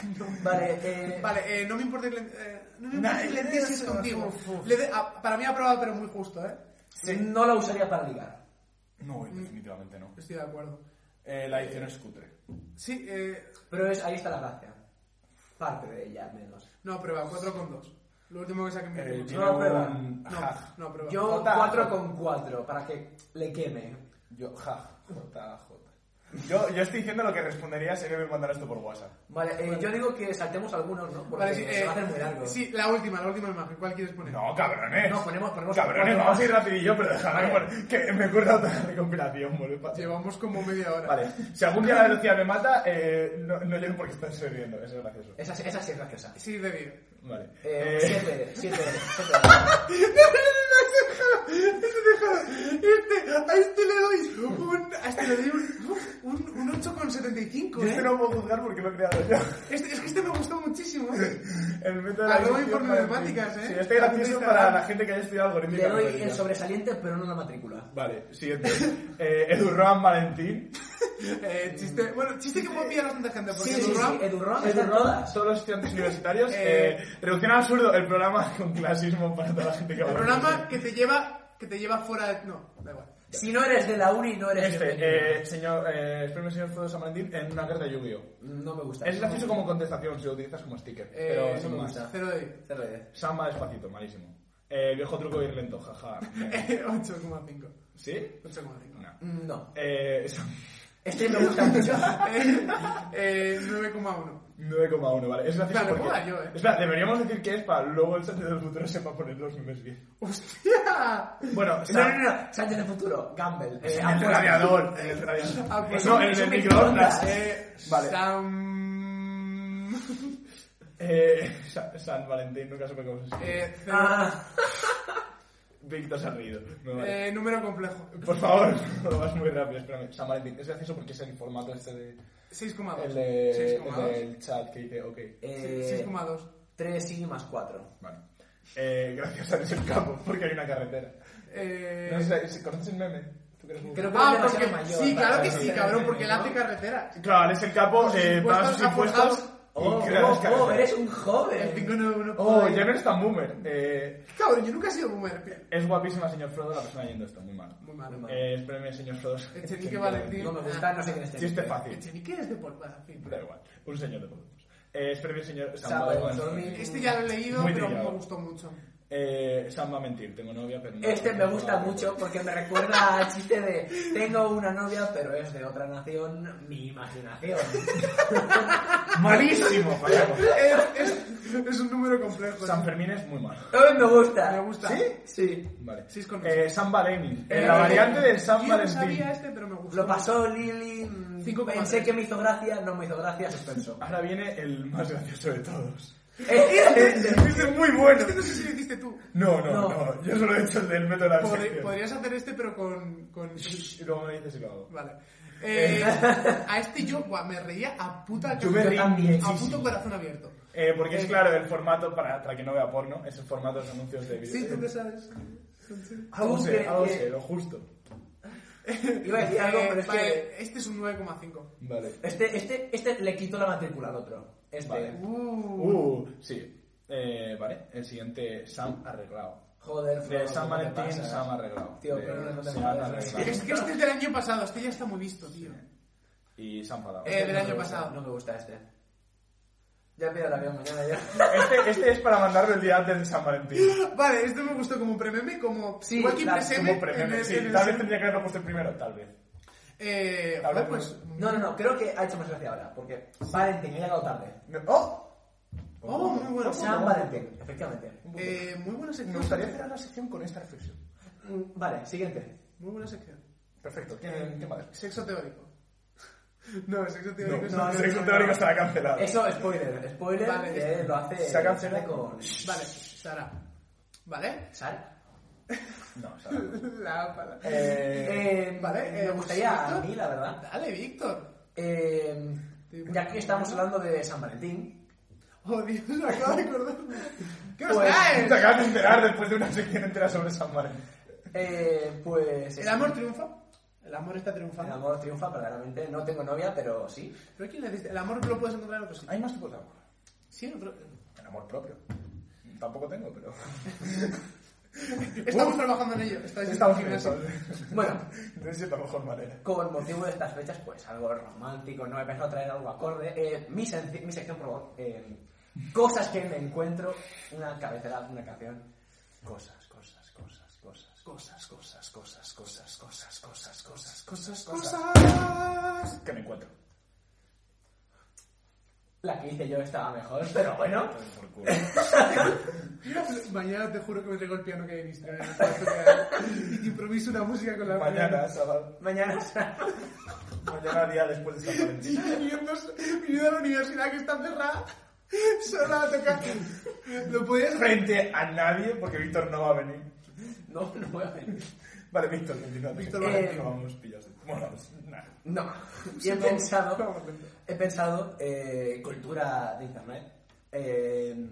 Speaker 3: Vale, eh,
Speaker 1: Vale, eh, no me importa el, eh, no me
Speaker 2: Nah,
Speaker 1: importa el
Speaker 2: le
Speaker 1: lentil si
Speaker 2: des-
Speaker 1: es contigo.
Speaker 2: uf, uf.
Speaker 1: Le de- ah, para mí aprobado, pero muy justo, ¿eh?
Speaker 3: no la usaría para ligar.
Speaker 2: No, definitivamente no.
Speaker 1: Estoy de acuerdo.
Speaker 2: Eh, la edición es cutre.
Speaker 1: Sí, eh,
Speaker 3: Pero es, ahí está la gracia. Parte de ella, al menos.
Speaker 1: no, prueba, 4,2. Lo último que saqué en mi
Speaker 2: Eh, Ah.
Speaker 1: currículum.
Speaker 2: tiene
Speaker 3: No, prueba.
Speaker 2: un...
Speaker 1: No,
Speaker 2: Jaj.
Speaker 1: no, prueba.
Speaker 3: Yo
Speaker 2: Jota.
Speaker 3: 4 con 4, para que le queme.
Speaker 2: Yo, jaj, jota, jota. Yo, yo estoy diciendo lo que respondería si alguien me mandara esto por WhatsApp.
Speaker 3: Vale, eh, yo digo que saltemos algunos, ¿no? Porque
Speaker 1: Vale, sí,
Speaker 3: se
Speaker 1: eh,
Speaker 3: va a hacer muy largo.
Speaker 1: sí, la última, la última imagen. ¿Cuál quieres poner?
Speaker 2: No, cabrones.
Speaker 3: No, ponemos- ponemos
Speaker 2: cabrones,
Speaker 3: cuatro
Speaker 2: vamos
Speaker 3: más.
Speaker 2: a ir rapidillo, pero déjame poner- que me ocurra otra recopilación, boludo.
Speaker 1: Llevamos como media hora.
Speaker 2: Vale, si algún día la velocidad me mata, eh, no, no llego porque estás sonriendo, eso es gracioso.
Speaker 1: Eh,
Speaker 3: Esa, esa sí es graciosa.
Speaker 1: Sí, de 10.
Speaker 2: Vale.
Speaker 3: Eh,
Speaker 2: Eh,
Speaker 3: 7, 7, 7.
Speaker 1: Este, a este le doy un, a este le doy un, un, un 8,75.
Speaker 2: yo este
Speaker 1: ¿eh?
Speaker 2: no puedo juzgar porque lo he creado yo.
Speaker 1: Este, es que este me gustó muchísimo. ¿eh?
Speaker 2: El método
Speaker 1: Ah, luego
Speaker 2: edición
Speaker 1: informe
Speaker 2: para
Speaker 1: de matemáticas,
Speaker 2: ti.
Speaker 1: ¿eh?
Speaker 2: Sí, este es gracioso
Speaker 1: Apunta
Speaker 2: para
Speaker 1: Instagram.
Speaker 2: la gente que haya estudiado algorítmica.
Speaker 3: Le doy
Speaker 2: matemática.
Speaker 3: el sobresaliente, pero no la matrícula.
Speaker 2: Vale, siguiente. eh, Edu Roan Valentín.
Speaker 1: Eh, chiste, bueno, chiste que puede pillar bastante gente. Porque
Speaker 3: Sí, sí,
Speaker 1: el rap-
Speaker 3: sí, Edurrón está
Speaker 2: Edu
Speaker 3: en
Speaker 2: Roan,
Speaker 3: todas.
Speaker 2: todos los estudiantes universitarios.
Speaker 1: Eh,
Speaker 2: eh, reducción al absurdo el programa con clasismo para toda la gente que va
Speaker 1: El
Speaker 2: a
Speaker 1: programa que te lleva que te lleva fuera de... No, da igual.
Speaker 3: Si no eres de la uni, no eres
Speaker 2: Este,
Speaker 3: bienvenido.
Speaker 2: eh, señor, eh, el premio señor Frodo San Valentín en una carta de Yu-Gi-Oh!
Speaker 3: No me gusta.
Speaker 2: Es gracioso como contestación, si lo utilizas como sticker.
Speaker 1: Eh,
Speaker 2: pero
Speaker 1: no
Speaker 2: sin
Speaker 3: me
Speaker 2: más.
Speaker 3: gusta.
Speaker 1: Cero de
Speaker 3: CRD.
Speaker 2: Samba despacito, malísimo. Eh, viejo truco de ir lento, jaja.
Speaker 1: 8,5.
Speaker 2: ¿Sí?
Speaker 1: 8,5.
Speaker 2: No.
Speaker 3: No.
Speaker 2: Eh, Sam-
Speaker 3: Este me gusta mucho.
Speaker 1: Eh, eh, 9,1.
Speaker 2: 9,1, vale. Es gracioso
Speaker 1: Vale,
Speaker 2: porque...
Speaker 1: puedo dar yo, eh.
Speaker 2: Espera, deberíamos decir que es para luego el Sánchez del futuro sepa poner los memes bien.
Speaker 1: ¡Hostia!
Speaker 2: Bueno,
Speaker 3: No, no,
Speaker 2: Sam...
Speaker 3: no. Sánchez del futuro. Gamble. Eh,
Speaker 2: El
Speaker 3: apuesta.
Speaker 2: radiador, el radiador.
Speaker 1: Ah, pues
Speaker 2: no,
Speaker 1: es
Speaker 2: el
Speaker 3: un
Speaker 2: del
Speaker 3: microondas.
Speaker 2: microondas.
Speaker 1: Eh,
Speaker 2: Vale.
Speaker 1: Sam...
Speaker 2: Eh, Sa- San Valentín, nunca supe cómo se escribe.
Speaker 1: Eh, cero-
Speaker 3: Ah,
Speaker 2: Víctor se ha reído. Me vale.
Speaker 1: eh, número complejo.
Speaker 2: Por favor, no vas muy rápido, espérame. San Valentín, es gracioso porque es el formato este de...
Speaker 3: Ah,
Speaker 1: 6,2.
Speaker 2: El, de- el
Speaker 1: 6,2.
Speaker 2: del chat que dice, ok.
Speaker 3: eh,
Speaker 1: 6,2.
Speaker 3: 3 y más 4.
Speaker 2: Vale. Eh, gracias a Eres el Capo, porque hay una carretera.
Speaker 1: Eh,
Speaker 2: No sé si conoces el meme. ¿Tú crees que-
Speaker 3: Creo que
Speaker 1: ah,
Speaker 3: es demasiado
Speaker 1: porque...
Speaker 3: mayor
Speaker 1: Sí,
Speaker 3: para
Speaker 1: claro que
Speaker 3: ser
Speaker 1: sí,
Speaker 3: un
Speaker 1: cabrón,
Speaker 3: meme,
Speaker 1: porque él
Speaker 3: ¿no?
Speaker 1: hace carreras.
Speaker 2: Claro, Eres el Capo,
Speaker 1: Sus
Speaker 2: eh,
Speaker 1: impuestos
Speaker 2: paga sus
Speaker 1: aportados.
Speaker 2: impuestos
Speaker 3: Oh,
Speaker 2: y crea las
Speaker 3: oh, oh,
Speaker 2: carreteras.
Speaker 3: eres un
Speaker 2: Eh,
Speaker 1: El
Speaker 3: joven.
Speaker 1: 5,91.
Speaker 2: Oh, ya no eres tan boomer. Eh,
Speaker 1: Cabrón, yo nunca he sido boomer. tío.
Speaker 2: es guapísima, señor Frodo, la persona yendo esto, muy mal.
Speaker 1: Muy malo.
Speaker 3: Muy malo.
Speaker 2: Eh, espérame, señor Frodo.
Speaker 1: Echenique Valentín.
Speaker 3: No me gusta, no sé quién es este.
Speaker 2: Chiste fácil.
Speaker 1: Echenique es de por... bueno, en fin.
Speaker 2: Da igual, un señor de Podemos. Eh, espérame, señor
Speaker 3: San
Speaker 2: Samba de
Speaker 3: Valentín.
Speaker 2: Valentín.
Speaker 1: Este ya lo he leído,
Speaker 2: Muy
Speaker 1: pero
Speaker 2: trillado.
Speaker 1: me gustó mucho.
Speaker 2: Eh, Sam va a mentir, tengo novia, pero no.
Speaker 3: Este me gusta
Speaker 2: no, no, no.
Speaker 3: mucho porque me recuerda al chiste de tengo una novia pero es de otra nación, mi imaginación.
Speaker 2: Malísimo, Paco.
Speaker 1: Es,
Speaker 2: eh,
Speaker 1: es- es un número complejo. ¿eh?
Speaker 2: San Fermín es muy malo.
Speaker 3: Hoy me gusta.
Speaker 1: Me gusta.
Speaker 3: Sí.
Speaker 2: Vale.
Speaker 1: Sí, es con
Speaker 2: eh, San Valentín.
Speaker 1: Eh,
Speaker 2: la
Speaker 1: eh,
Speaker 2: variante de San
Speaker 1: yo
Speaker 2: Valentín.
Speaker 1: No sabía este, pero me gustó.
Speaker 3: Lo pasó Lili. mm,
Speaker 1: Cinco coma
Speaker 3: Pensé
Speaker 1: tres.
Speaker 3: que me hizo gracia, no me hizo gracia, suspenso.
Speaker 2: Ahora viene el más gracioso de todos.
Speaker 1: Eh,
Speaker 3: Este-
Speaker 2: Este es muy bueno.
Speaker 1: Este no sé si lo hiciste tú.
Speaker 2: No, no, no,
Speaker 3: No.
Speaker 2: Yo solo he hecho el del método de la
Speaker 1: Podri-
Speaker 2: abstracción.
Speaker 1: podrías hacer este, pero con. con-
Speaker 2: Y luego me dices si lo hago.
Speaker 1: Vale. Eh, a este yo guau, me reía a puta
Speaker 2: Yo me reí
Speaker 1: también, a
Speaker 2: muchísimo.
Speaker 1: puto corazón abierto.
Speaker 2: Eh, porque es claro el formato para, para que no vea porno, es el formato de los anuncios de video. Eh,
Speaker 1: Sí, tú qué sabes.
Speaker 2: Algo
Speaker 3: Tú
Speaker 2: sé,
Speaker 3: que-
Speaker 2: algo
Speaker 3: que-
Speaker 2: sé, lo justo.
Speaker 3: Iba a decir algo,
Speaker 1: Eh,
Speaker 3: pero es que.
Speaker 1: vale, Este es un 9,5.
Speaker 2: Vale.
Speaker 3: Este, este, este le quito la matrícula al otro. Este.
Speaker 2: Vale.
Speaker 1: Uh,
Speaker 2: Uh, sí. Eh, vale, el siguiente, Sam arreglado.
Speaker 3: Joder,
Speaker 2: De
Speaker 3: Frodo,
Speaker 2: San
Speaker 3: ¿cómo te
Speaker 2: Valentín,
Speaker 3: pasas?
Speaker 2: Sam arreglado.
Speaker 3: Tío,
Speaker 2: De
Speaker 3: pero no te
Speaker 2: Sam
Speaker 3: jodas.
Speaker 2: arreglado.
Speaker 1: es que este es del año pasado, este ya está muy visto, tío.
Speaker 2: Y Sam Padao.
Speaker 1: Eh, del
Speaker 3: No me
Speaker 1: año
Speaker 3: gusta,
Speaker 1: pasado.
Speaker 3: No me gusta este. Ya pido la avión mañana ya.
Speaker 2: Este, este es para mandarlo el día antes de San Valentín.
Speaker 1: Vale, este me gustó como prememe, como
Speaker 3: Sí,
Speaker 1: igual que
Speaker 3: la-
Speaker 1: impreseme,
Speaker 2: Como
Speaker 1: en
Speaker 2: premio.
Speaker 1: el-
Speaker 2: Sí,
Speaker 1: en el-
Speaker 2: tal vez tendría que haberlo puesto el primero, tal vez.
Speaker 1: Eh,
Speaker 2: Tal vez
Speaker 1: bueno, pues.
Speaker 3: No, no, no, creo que ha hecho más gracia ahora, porque Valentín ha llegado tarde.
Speaker 2: No- ¡Oh!
Speaker 1: Oh, muy bueno.
Speaker 3: San Valentín, efectivamente.
Speaker 1: Eh, muy buena sección.
Speaker 2: Me gustaría cerrar la sección con esta reflexión.
Speaker 3: Mm, Vale, siguiente.
Speaker 1: Muy buena sección.
Speaker 2: Perfecto, ¿quién qué madre?
Speaker 1: Sexo teórico. No, sexo
Speaker 2: No,
Speaker 1: teórico es
Speaker 2: no,
Speaker 1: una-
Speaker 2: el sexo teórico estará cancelado.
Speaker 3: Eso, spoiler, spoiler,
Speaker 1: Vale,
Speaker 3: que lo hace
Speaker 2: se ha cancelado.
Speaker 3: con...
Speaker 1: Vale, Sara. ¿Vale?
Speaker 3: Sal.
Speaker 2: No, o sea, no.
Speaker 1: La pala.
Speaker 2: Eh,
Speaker 3: Eh,
Speaker 1: vale, eh,
Speaker 3: me gustaría a
Speaker 1: ¿Víctor?
Speaker 3: mí, la verdad.
Speaker 1: Dale, Víctor.
Speaker 3: Eh,
Speaker 1: Sí,
Speaker 3: ya que estamos hablando de San Valentín,
Speaker 1: Oh, Dios, me acabo de acordar. ¿Qué os
Speaker 3: Pues,
Speaker 1: traes?
Speaker 2: Te acabas eh, de enterar después de una sección entera sobre San Valentín.
Speaker 3: eh, pues...
Speaker 1: ¿El amor triunfa? El amor está triunfando.
Speaker 3: El amor triunfa, verdaderamente. No tengo novia, pero sí.
Speaker 1: Pero ¿quién necesita? El amor lo puedes encontrar en otro sitio.
Speaker 2: Hay más tipos de amor.
Speaker 1: Sí, en otro...
Speaker 2: El amor propio. Tampoco tengo, pero.
Speaker 1: Estamos trabajando en ello. Está-
Speaker 2: Estamos
Speaker 1: en
Speaker 2: bien.
Speaker 1: eso.
Speaker 3: Bueno,
Speaker 2: No sé la mejor manera.
Speaker 3: con motivo de estas fechas, pues algo romántico, no he pensado traer algo acorde. Eh, mi, sen- mi sección, por favor. eh, cosas que me encuentro, una cabecera, una canción. Cosas, cosas, cosas, cosas, cosas, cosas, cosas, cosas, cosas, cosas, cosas, cosas, cosas.
Speaker 2: Que me encuentro.
Speaker 3: La que hice yo estaba mejor, pero bueno.
Speaker 2: Por culo.
Speaker 1: Mañana te juro que me traigo el piano que he visto. en el cuarto que- Y improviso una música con la
Speaker 2: Mañana, sábado.
Speaker 3: Mañana será-
Speaker 2: Mañana, día después de San
Speaker 1: Y
Speaker 2: Valentín.
Speaker 1: viniendo, viniendo a la universidad que está cerrada, sola a tocar. Lo podías
Speaker 2: Frente a nadie, porque Víctor no va a venir.
Speaker 3: No, no voy a venir.
Speaker 2: Vale, Víctor, continúa.
Speaker 1: Víctor
Speaker 3: Valentín.
Speaker 2: vamos, pillas. Bueno, nada.
Speaker 3: No. Y he
Speaker 1: vamos,
Speaker 3: pensado,
Speaker 1: vamos, vamos.
Speaker 3: he pensado, eh, cultura de internet, eh,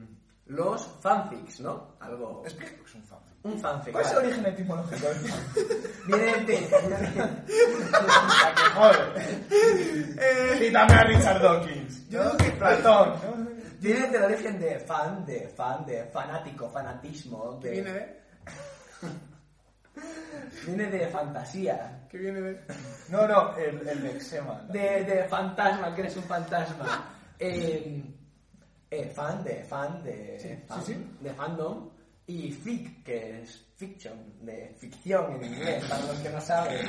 Speaker 3: los fanfics, ¿no? Algo.
Speaker 2: Es que es un fanfic.
Speaker 3: Un fanfic.
Speaker 2: ¿Cuál es el
Speaker 3: vale.
Speaker 2: origen etimológico del fanfic?
Speaker 3: Viene de.
Speaker 2: Ah, que Joder. Quítame a Richard Dawkins.
Speaker 1: Yo
Speaker 2: ¿no?
Speaker 1: creo que-
Speaker 2: Platón. ¿no?
Speaker 3: Viene del origen de fan, de fan, de fanático, fanatismo.
Speaker 1: ¿Qué
Speaker 3: De,
Speaker 1: viene ¿eh? de?
Speaker 3: viene de fantasía.
Speaker 1: ¿Qué viene ¿eh? de?
Speaker 2: No, no, el, el eczema. ¿no?
Speaker 3: De, de fantasma, que eres un fantasma. Eh, eh, fan de fan de, fan,
Speaker 2: sí, sí.
Speaker 3: de fandom. Y fic, que es fiction, de ficción en inglés, para los que no saben.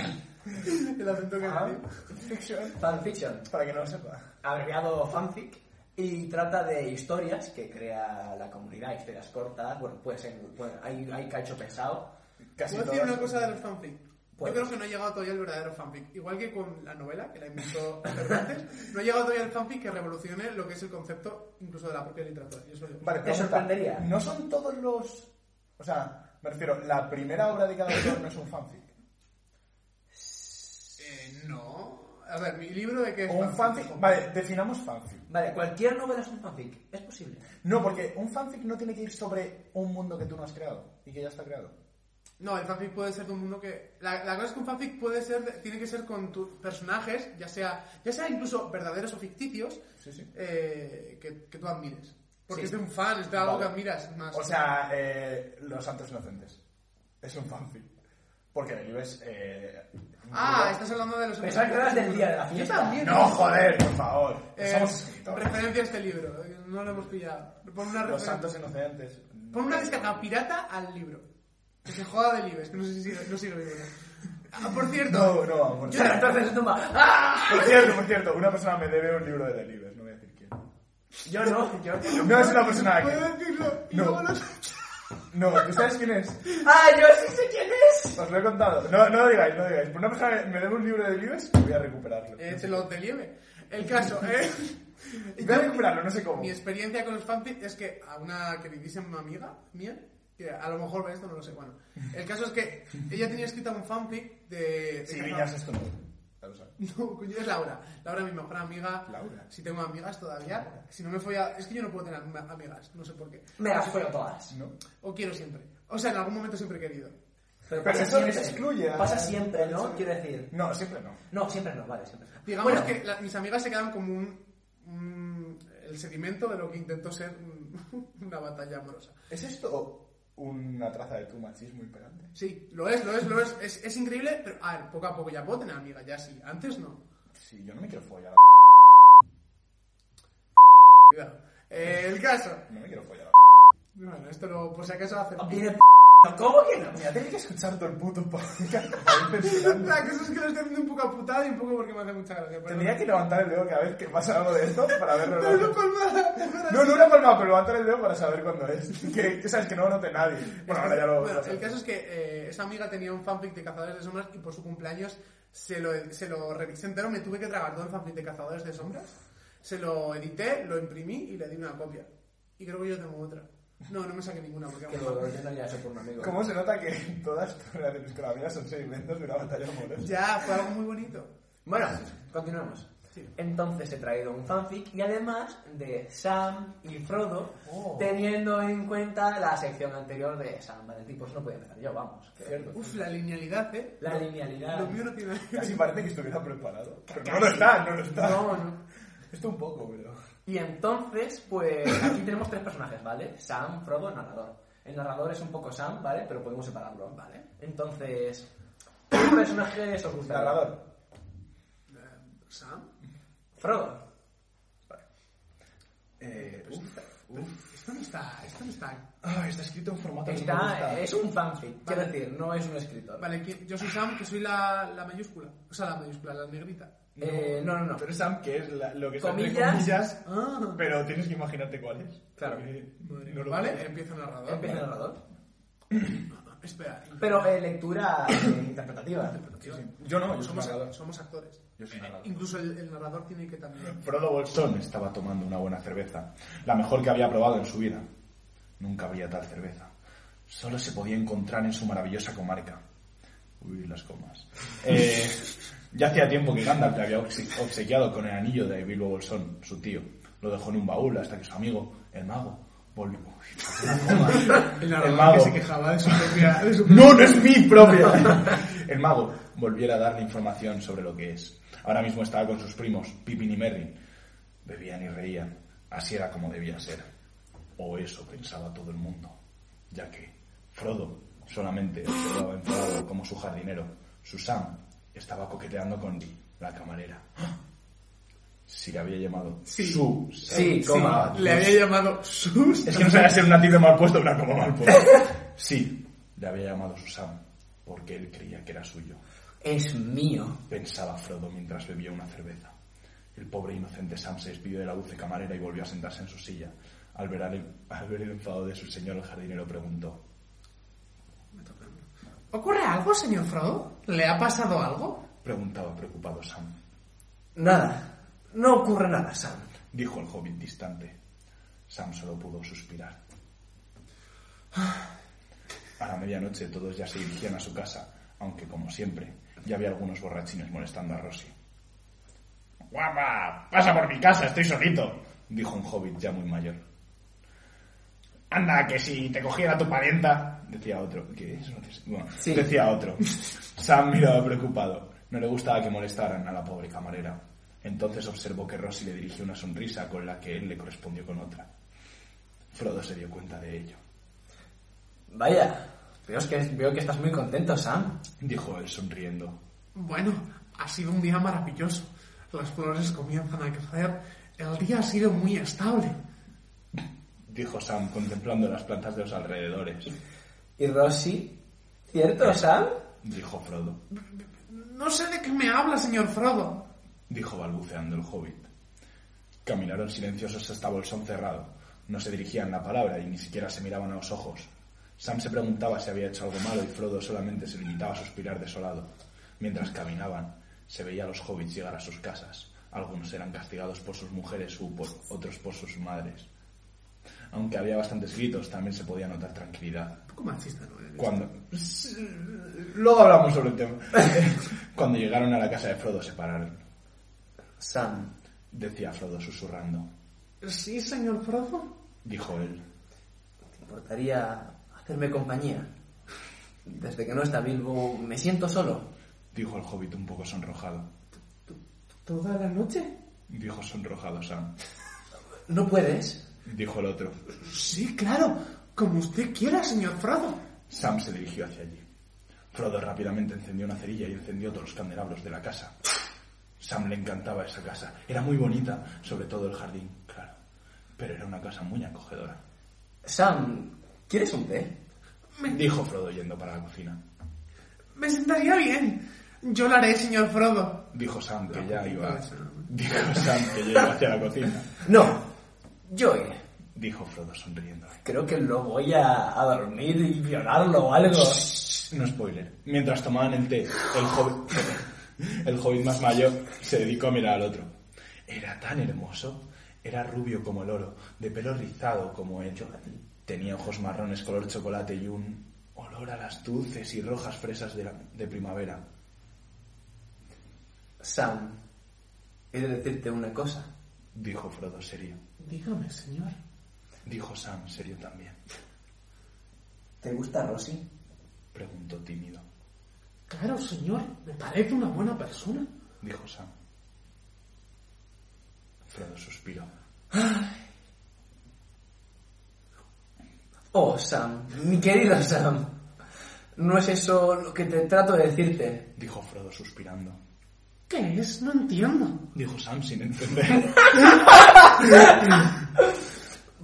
Speaker 1: El acento que
Speaker 2: Ah,
Speaker 1: tiene.
Speaker 2: fiction.
Speaker 3: Fanfiction,
Speaker 2: Para que no lo sepa.
Speaker 3: abreviado fanfic. Y trata de historias que crea la comunidad, historias cortas. Bueno, pues en- bueno, hay, hay cacho pesado.
Speaker 2: Casi
Speaker 1: ¿Puedo decir
Speaker 2: todas-
Speaker 1: una cosa de los fanfic?
Speaker 3: Pues.
Speaker 1: Yo creo que no ha llegado todavía el verdadero fanfic. Igual que con la novela, que la inventó Cervantes, no ha llegado todavía el fanfic que revolucione lo que es el concepto incluso de la propia literatura. Y eso yo-
Speaker 2: Vale,
Speaker 3: Te
Speaker 2: pregunta,
Speaker 3: sorprendería.
Speaker 2: No son todos los. O sea, me refiero, la primera obra de cada autor no es un fanfic.
Speaker 1: Eh, no. A ver, mi libro de qué es
Speaker 2: O un fanfic. Vale, definamos fanfic.
Speaker 3: Vale, cualquier novela es un fanfic, es posible.
Speaker 2: No, porque un fanfic no tiene que ir sobre un mundo que tú no has creado y que ya está creado.
Speaker 1: No, el fanfic puede ser de un mundo que... La, la cosa es que un fanfic puede ser, de- tiene que ser con tus personajes, ya sea, ya sea incluso verdaderos o ficticios,
Speaker 2: Sí, sí.
Speaker 1: eh, que, que tú admires. Porque
Speaker 3: Sí.
Speaker 1: es de un fan, es de algo
Speaker 2: Vale.
Speaker 1: que admiras más.
Speaker 2: O sea, eh, Los Santos Inocentes. Es un fanfic. Porque Delibes. Eh,
Speaker 1: ah,
Speaker 2: un-
Speaker 1: estás hablando de los...
Speaker 3: Pensaba que eras del día de la fiesta.
Speaker 1: Yo también.
Speaker 2: No, joder, por favor.
Speaker 1: Eh,
Speaker 2: Somos escritores.
Speaker 1: referencia a este libro, eh, no lo hemos pillado. Pon una
Speaker 2: Los
Speaker 1: referencia.
Speaker 2: Santos Inocentes.
Speaker 1: Pon una descarga pirata al libro. Que se joda del IBEX, que no sé si sigue, no sigue vivo. Ah, por
Speaker 2: No,
Speaker 1: cierto,
Speaker 2: no, amor.
Speaker 3: Yo entonces tumba. ¡Ah!
Speaker 2: Por cierto, por cierto, una persona me debe un libro de Delibes, no voy a decir quién.
Speaker 3: Yo no, yo no.
Speaker 2: No es una persona
Speaker 1: puedo
Speaker 2: que...
Speaker 1: decirlo. Y
Speaker 2: No.
Speaker 1: luego lo-
Speaker 2: No, ¿tú sabes quién es?
Speaker 3: ¡Ah, yo sí sé quién es!
Speaker 2: Os lo he contado. No, no lo digáis, no lo digáis. Pero una persona que me debe un libro de Delibes, voy a recuperarlo.
Speaker 1: Eh, se lo delieve. El caso, eh.
Speaker 2: Voy a recuperarlo, no sé cómo.
Speaker 1: Mi experiencia con los fanfic es que a una queridísima amiga mía, que a lo mejor ve esto, no lo sé, bueno. El caso es que ella tenía escrita un fanfic de... de
Speaker 2: Si
Speaker 1: Cazador-
Speaker 2: viñas esto no. Ya lo sabes.
Speaker 1: No, coño, es Laura. Laura, mi mejor amiga.
Speaker 2: Laura.
Speaker 1: Si tengo amigas todavía. Si no me folla... Es que yo no puedo tener am- amigas, no sé por qué.
Speaker 3: Me las fueron todas.
Speaker 2: ¿No?
Speaker 1: O quiero siempre. O sea, en algún momento siempre he querido.
Speaker 3: Pero,
Speaker 2: Pero
Speaker 3: pasa
Speaker 2: eso
Speaker 3: siempre.
Speaker 2: excluye a-
Speaker 3: Pasa siempre, ¿no? Quiero decir.
Speaker 2: No, siempre no.
Speaker 3: No, siempre no, vale, siempre no.
Speaker 1: Digamos
Speaker 3: Bueno,
Speaker 1: que la- mis amigas se quedan como un, un- el sedimento de lo que intentó ser un- una batalla amorosa.
Speaker 2: ¿Es esto una traza de tu machismo imperante?
Speaker 1: Sí, lo es, lo es, lo es. Es, es increíble, pero a ver, poco a poco ya puedo tener amigas, ya sí. Antes no.
Speaker 2: Sí, yo no me quiero follar. a
Speaker 1: Cuidado. Eh, el caso.
Speaker 2: la- No me quiero follar. a la-
Speaker 1: Bueno, esto lo, por si acaso hace.
Speaker 3: Viene p. ¿Cómo que no?
Speaker 2: Mira, tengo que escuchar todo el puto podcast para ir censurando.
Speaker 1: La cosa es que lo estoy haciendo un poco a putada y un poco porque me hace mucha gracia. pero-
Speaker 2: Tendría que levantar el dedo cada vez que pasa algo de esto para verlo.
Speaker 1: Pero no palmada.
Speaker 2: No, no una palma, pero levantar el dedo para saber cuándo es. Que, que sabes que no lo note nadie. Bueno, ahora ya lo.
Speaker 1: Bueno,
Speaker 2: lo-
Speaker 1: el caso es que eh, esa amiga tenía un fanfic de Cazadores de Sombras y por su cumpleaños se lo, se lo revisé entero, me tuve que tragar todo el fanfic de Cazadores de Sombras, se lo edité, lo imprimí y le di una copia. Y creo que yo tengo otra. No, no me saqué ninguna porque...
Speaker 3: Que lo yo no ya eso por un amigo.
Speaker 2: ¿Cómo se nota que todas tus relaciones con la vida son sedimentos de una batalla amorosa?
Speaker 1: Ya, fue algo muy bonito.
Speaker 3: Bueno, continuamos.
Speaker 1: Sí.
Speaker 3: Entonces he traído un fanfic y además de Sam y Frodo,
Speaker 1: Oh.
Speaker 3: teniendo en cuenta la sección anterior de Sam, vale, tipos no puede empezar yo, vamos.
Speaker 1: Cierto. Uf, la linealidad, ¿eh?
Speaker 3: La
Speaker 1: Lo-
Speaker 3: linealidad.
Speaker 1: Lo mío no tiene nada que ver.
Speaker 2: Casi parece que estuviera preparado. Pero no
Speaker 3: Casi.
Speaker 2: lo está, no lo está.
Speaker 3: No, no.
Speaker 2: Esto un poco, pero.
Speaker 3: Y entonces, pues aquí tenemos tres personajes, ¿vale? Sam, Frodo, narrador. El narrador es un poco Sam, ¿vale? Pero podemos separarlo, ¿vale? Entonces, ¿qué personajes os gusta?
Speaker 2: Narrador.
Speaker 1: Eh, Sam,
Speaker 3: Frodo.
Speaker 2: Eh, uf, uf.
Speaker 1: esto no está, esto no está.
Speaker 2: Ah, está escrito en formato que no
Speaker 3: Está,
Speaker 2: me
Speaker 3: eh,
Speaker 2: gusta.
Speaker 3: es un fanfic, quiero
Speaker 1: Vale.
Speaker 3: decir, no es un escritor.
Speaker 1: Vale, ¿quién? yo soy Sam, que soy la, la mayúscula. O sea, la mayúscula, la negrita.
Speaker 3: Eh, no, no, no.
Speaker 2: Pero Sam, que es la- lo que está
Speaker 3: Comillas.
Speaker 2: entre comillas,
Speaker 1: Ah.
Speaker 2: pero tienes que imaginarte cuál es.
Speaker 3: Claro.
Speaker 2: Porque
Speaker 1: Madre
Speaker 2: no
Speaker 1: mía.
Speaker 2: lo
Speaker 1: vale, empieza el narrador.
Speaker 3: Empieza el narrador.
Speaker 1: Vale. Espera.
Speaker 3: Pero eh, lectura eh, interpretativa.
Speaker 1: interpretación.
Speaker 2: Sí, sí. Yo no, yo soy
Speaker 1: somos,
Speaker 2: narrador.
Speaker 1: somos actores.
Speaker 2: Yo soy narrador.
Speaker 1: Incluso el, el narrador tiene que también.
Speaker 2: Frodo Bolsón estaba tomando una buena cerveza, la mejor que había probado en su vida. Nunca había tal cerveza. Solo se podía encontrar en su maravillosa comarca. Uy, las comas. Eh, ya hacía tiempo que Gandalf le había obse- obsequiado con el anillo de Bilbo Bolsón, su tío. Lo dejó en un baúl hasta que su amigo, el mago, volvió. Uy, las comas. El mago.
Speaker 1: quejaba de su propia. de su
Speaker 2: No, no es mi propia. El mago volviera a darle información sobre lo que es. Ahora mismo estaba con sus primos, Pippin y Merry. Bebían y reían. Así era como debía ser. O eso pensaba todo el mundo. Ya que Frodo solamente observaba enfadado como su jardinero. Susan estaba coqueteando con la camarera. Si le había llamado
Speaker 1: Sí.
Speaker 2: su...
Speaker 3: Sí, coma.
Speaker 1: Le había llamado Sus.
Speaker 2: Es que no sabía si era un nativo mal puesto o una coma mal puesta. Sí, le había llamado Susan porque él creía que era suyo,
Speaker 3: Es mío.
Speaker 2: pensaba Frodo mientras bebía una cerveza. El pobre inocente Sam se despidió de la dulce camarera y volvió a sentarse en su silla. Al ver, al- al ver el enfado de su señor, el jardinero preguntó.
Speaker 1: ¿Ocurre algo, señor Frodo? ¿Le ha pasado algo?
Speaker 2: Preguntaba preocupado Sam.
Speaker 3: Nada. No ocurre nada, Sam.
Speaker 2: Dijo el hobbit distante. Sam solo pudo suspirar. A la medianoche todos ya se dirigían a su casa, aunque como siempre, ya había algunos borrachines molestando a Rosy. ¡Guapa! ¡Pasa por mi casa! ¡Estoy solito! Dijo un hobbit ya muy mayor. Anda, que si te cogiera tu parienta, decía otro. Que eso no te- bueno,
Speaker 3: Sí.
Speaker 2: decía otro. Sam miraba preocupado. No le gustaba que molestaran a la pobre camarera. Entonces observó que Rosy le dirigió una sonrisa con la que él le correspondió con otra. Frodo se dio cuenta de ello.
Speaker 3: Vaya. Veo que, veo que estás muy contento, Sam.
Speaker 2: Dijo él sonriendo.
Speaker 1: Bueno, ha sido un día maravilloso. Las flores comienzan a crecer. El día ha sido muy estable.
Speaker 2: Dijo Sam contemplando las plantas de los alrededores.
Speaker 3: ¿Y Rosy? ¿Cierto, Sam?
Speaker 2: Dijo Frodo.
Speaker 1: No sé de qué me habla, señor Frodo.
Speaker 2: dijo balbuceando el hobbit. Caminaron silenciosos hasta Bolsón cerrado. No se dirigían la palabra y ni siquiera se miraban a los ojos. Sam se preguntaba si había hecho algo malo y Frodo solamente se limitaba a suspirar desolado. Mientras caminaban, se veía a los hobbits llegar a sus casas. Algunos eran castigados por sus mujeres u por otros por sus madres. Aunque había bastantes gritos, también se podía notar tranquilidad.
Speaker 1: Un poco machista, ¿no? eres?
Speaker 2: Cuando. Luego hablamos sobre el tema. Cuando llegaron a la casa de Frodo, se pararon
Speaker 3: Sam.
Speaker 2: decía Frodo susurrando.
Speaker 1: Sí, señor Frodo.
Speaker 2: Dijo él.
Speaker 3: ¿Te importaría hacerme compañía? Desde que no está Bilbo, me siento solo.
Speaker 2: Dijo el hobbit un poco sonrojado.
Speaker 1: ¿Toda la noche?
Speaker 2: Dijo sonrojado Sam.
Speaker 3: ¿No puedes?
Speaker 2: Dijo el otro.
Speaker 1: Sí, claro. Como usted quiera, señor Frodo.
Speaker 2: Sam se dirigió hacia allí. Frodo rápidamente encendió una cerilla y encendió todos los candelabros de la casa. Sam le encantaba esa casa. Era muy bonita, sobre todo el jardín, claro. Pero era una casa muy acogedora.
Speaker 3: Sam, ¿quieres un té?
Speaker 2: Dijo Frodo yendo para la cocina.
Speaker 1: Me sentaría bien. Yo lo haré, señor Frodo.
Speaker 2: Dijo Sam que
Speaker 1: La
Speaker 2: ya
Speaker 1: puta
Speaker 2: iba.
Speaker 1: esa, ¿no?
Speaker 2: Dijo Sam que ya iba hacia la cocina.
Speaker 3: No, yo iré.
Speaker 2: Dijo Frodo sonriendo.
Speaker 3: Creo que lo voy a, a dormir y violarlo o algo.
Speaker 2: No spoiler. Mientras tomaban el té, el hobbit, el hobbit más mayor se dedicó a mirar al otro. Era tan hermoso. Era rubio como el oro, de pelo rizado como el Tenía ojos marrones color chocolate y un olor a las dulces y rojas fresas de, la- de primavera.
Speaker 3: Sam,
Speaker 4: He de decirte una cosa,
Speaker 2: Dijo Frodo serio.
Speaker 1: Dígame, señor.
Speaker 2: Dijo Sam serio también.
Speaker 3: ¿Te gusta Rosy?
Speaker 2: Preguntó tímido.
Speaker 1: Claro, señor. Me parece una buena persona.
Speaker 2: Dijo Sam. Frodo suspiró.
Speaker 4: Oh, Sam, mi querido Sam, no es eso lo que te trato de decirte.
Speaker 2: Dijo Frodo suspirando.
Speaker 1: ¿Qué es? No entiendo.
Speaker 2: Dijo Sam sin entender.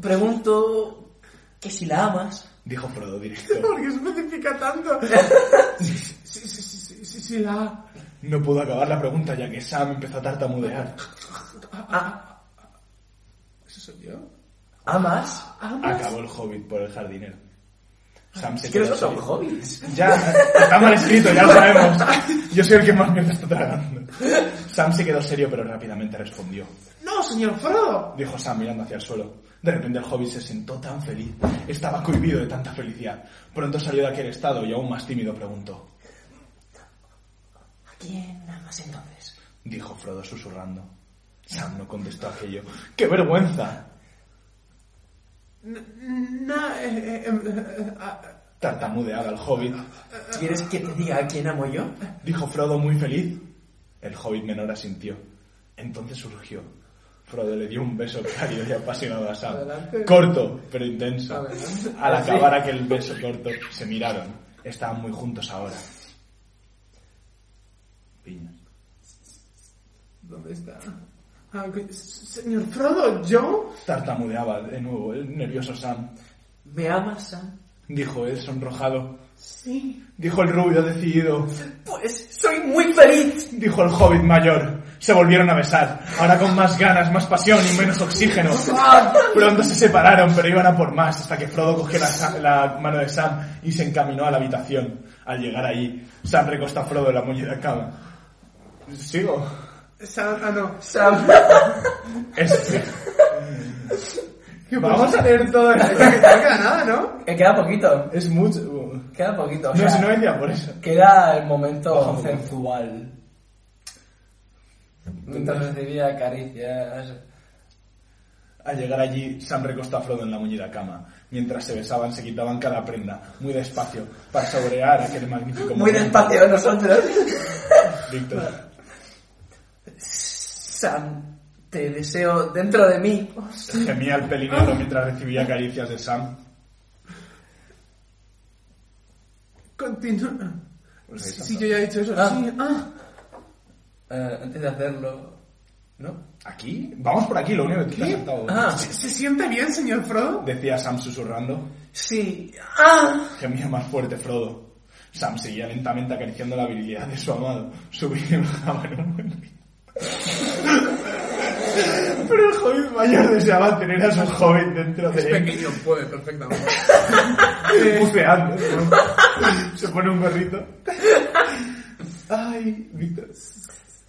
Speaker 4: Pregunto que si la amas.
Speaker 2: Dijo Frodo directo.
Speaker 1: ¿Por qué especifica tanto? Sí, sí, sí, sí, sí, sí, la...
Speaker 2: No pudo acabar la pregunta ya que Sam empezó a tartamudear.
Speaker 1: ¿Eso soy yo?
Speaker 4: ¿Amas?
Speaker 2: Acabó el hobbit por el jardinero. Sam se
Speaker 4: Es que
Speaker 2: quedó
Speaker 4: no son
Speaker 2: serio.
Speaker 4: hobbits.
Speaker 2: Ya, está mal escrito, ya lo sabemos. Yo soy el que más mierda está tragando. Sam se quedó serio, pero rápidamente respondió.
Speaker 1: No, señor Frodo.
Speaker 2: Dijo Sam mirando hacia el suelo. De repente el hobbit se sentó tan feliz. Estaba cohibido de tanta felicidad. Pronto salió de aquel estado y aún más tímido preguntó.
Speaker 4: ¿A quién amas entonces?
Speaker 2: Dijo Frodo susurrando. Sam no contestó aquello. ¡Qué vergüenza!
Speaker 1: Na, eh, eh, em, eh, ah,
Speaker 2: Tartamudeaba el hobbit.
Speaker 4: ¿Quieres que te diga a quién amo yo?
Speaker 2: Dijo Frodo muy feliz. El hobbit menor asintió. Entonces surgió. Frodo le dio un beso cálido y apasionado a Sam.
Speaker 1: Adelante.
Speaker 2: Corto, pero intenso.
Speaker 1: Adelante.
Speaker 2: Al acabar aquel beso corto, se miraron. Estaban muy juntos ahora. Piña.
Speaker 1: ¿Dónde está? Ah, que- s- señor Frodo, ¿yo?
Speaker 2: Tartamudeaba de nuevo el nervioso Sam.
Speaker 4: ¿Me amas, Sam?
Speaker 2: Dijo él sonrojado.
Speaker 1: Sí.
Speaker 2: Dijo el rubio decidido.
Speaker 4: Pues soy muy feliz.
Speaker 2: Dijo el hobbit mayor. Se volvieron a besar. Ahora con más ganas, más pasión y menos oxígeno.
Speaker 4: Ah.
Speaker 2: Pronto se separaron, pero iban a por más, hasta que Frodo cogió la, sa- la mano de Sam y se encaminó a la habitación. Al llegar allí, Sam recostó a Frodo en la muñeca cama. Sigo.
Speaker 1: Sam, ah, no.
Speaker 4: Sam.
Speaker 2: Este.
Speaker 1: Que
Speaker 2: Vamos.
Speaker 1: vamos a leer todo esto, que no queda nada, ¿no?
Speaker 4: Eh, queda poquito.
Speaker 2: Es mucho. No,
Speaker 4: Queda poquito. o sea,
Speaker 2: si no decía por eso.
Speaker 4: Queda el momento
Speaker 2: Ojo.
Speaker 4: sensual. Mientras recibía caricias.
Speaker 2: Al llegar allí, Sam recostó a Frodo en la muñida cama. Mientras se besaban, se quitaban cada prenda, muy despacio, para saborear aquel magnífico
Speaker 4: Muy
Speaker 2: momento.
Speaker 4: despacio a nosotros.
Speaker 2: Víctor.
Speaker 4: Sam, te deseo dentro de mí.
Speaker 2: Gemía el pelinero mientras recibía caricias de Sam.
Speaker 1: Continúa.
Speaker 2: Pues
Speaker 1: Sí,
Speaker 2: ahí está.
Speaker 1: sí, yo ya he dicho eso.
Speaker 4: Ah.
Speaker 1: Sí, ah.
Speaker 4: Eh, antes de hacerlo. ¿No?
Speaker 2: ¿Aquí? Vamos por aquí, lo único que te has saltado.
Speaker 4: Ah,
Speaker 1: ¿Se, se siente bien, señor Frodo?
Speaker 2: Decía Sam susurrando.
Speaker 4: sí. ¡Ah!
Speaker 2: Gemía más fuerte Frodo. Sam seguía lentamente acariciando la virilidad de su amado. Subía y bajaba en un buen ritmo. Pero el hobbit mayor deseaba tener a su hobbit dentro de
Speaker 1: Es
Speaker 2: él.
Speaker 1: pequeño, puede, perfectamente.
Speaker 2: Buceando. Se pone un gorrito. Ay, Víctor.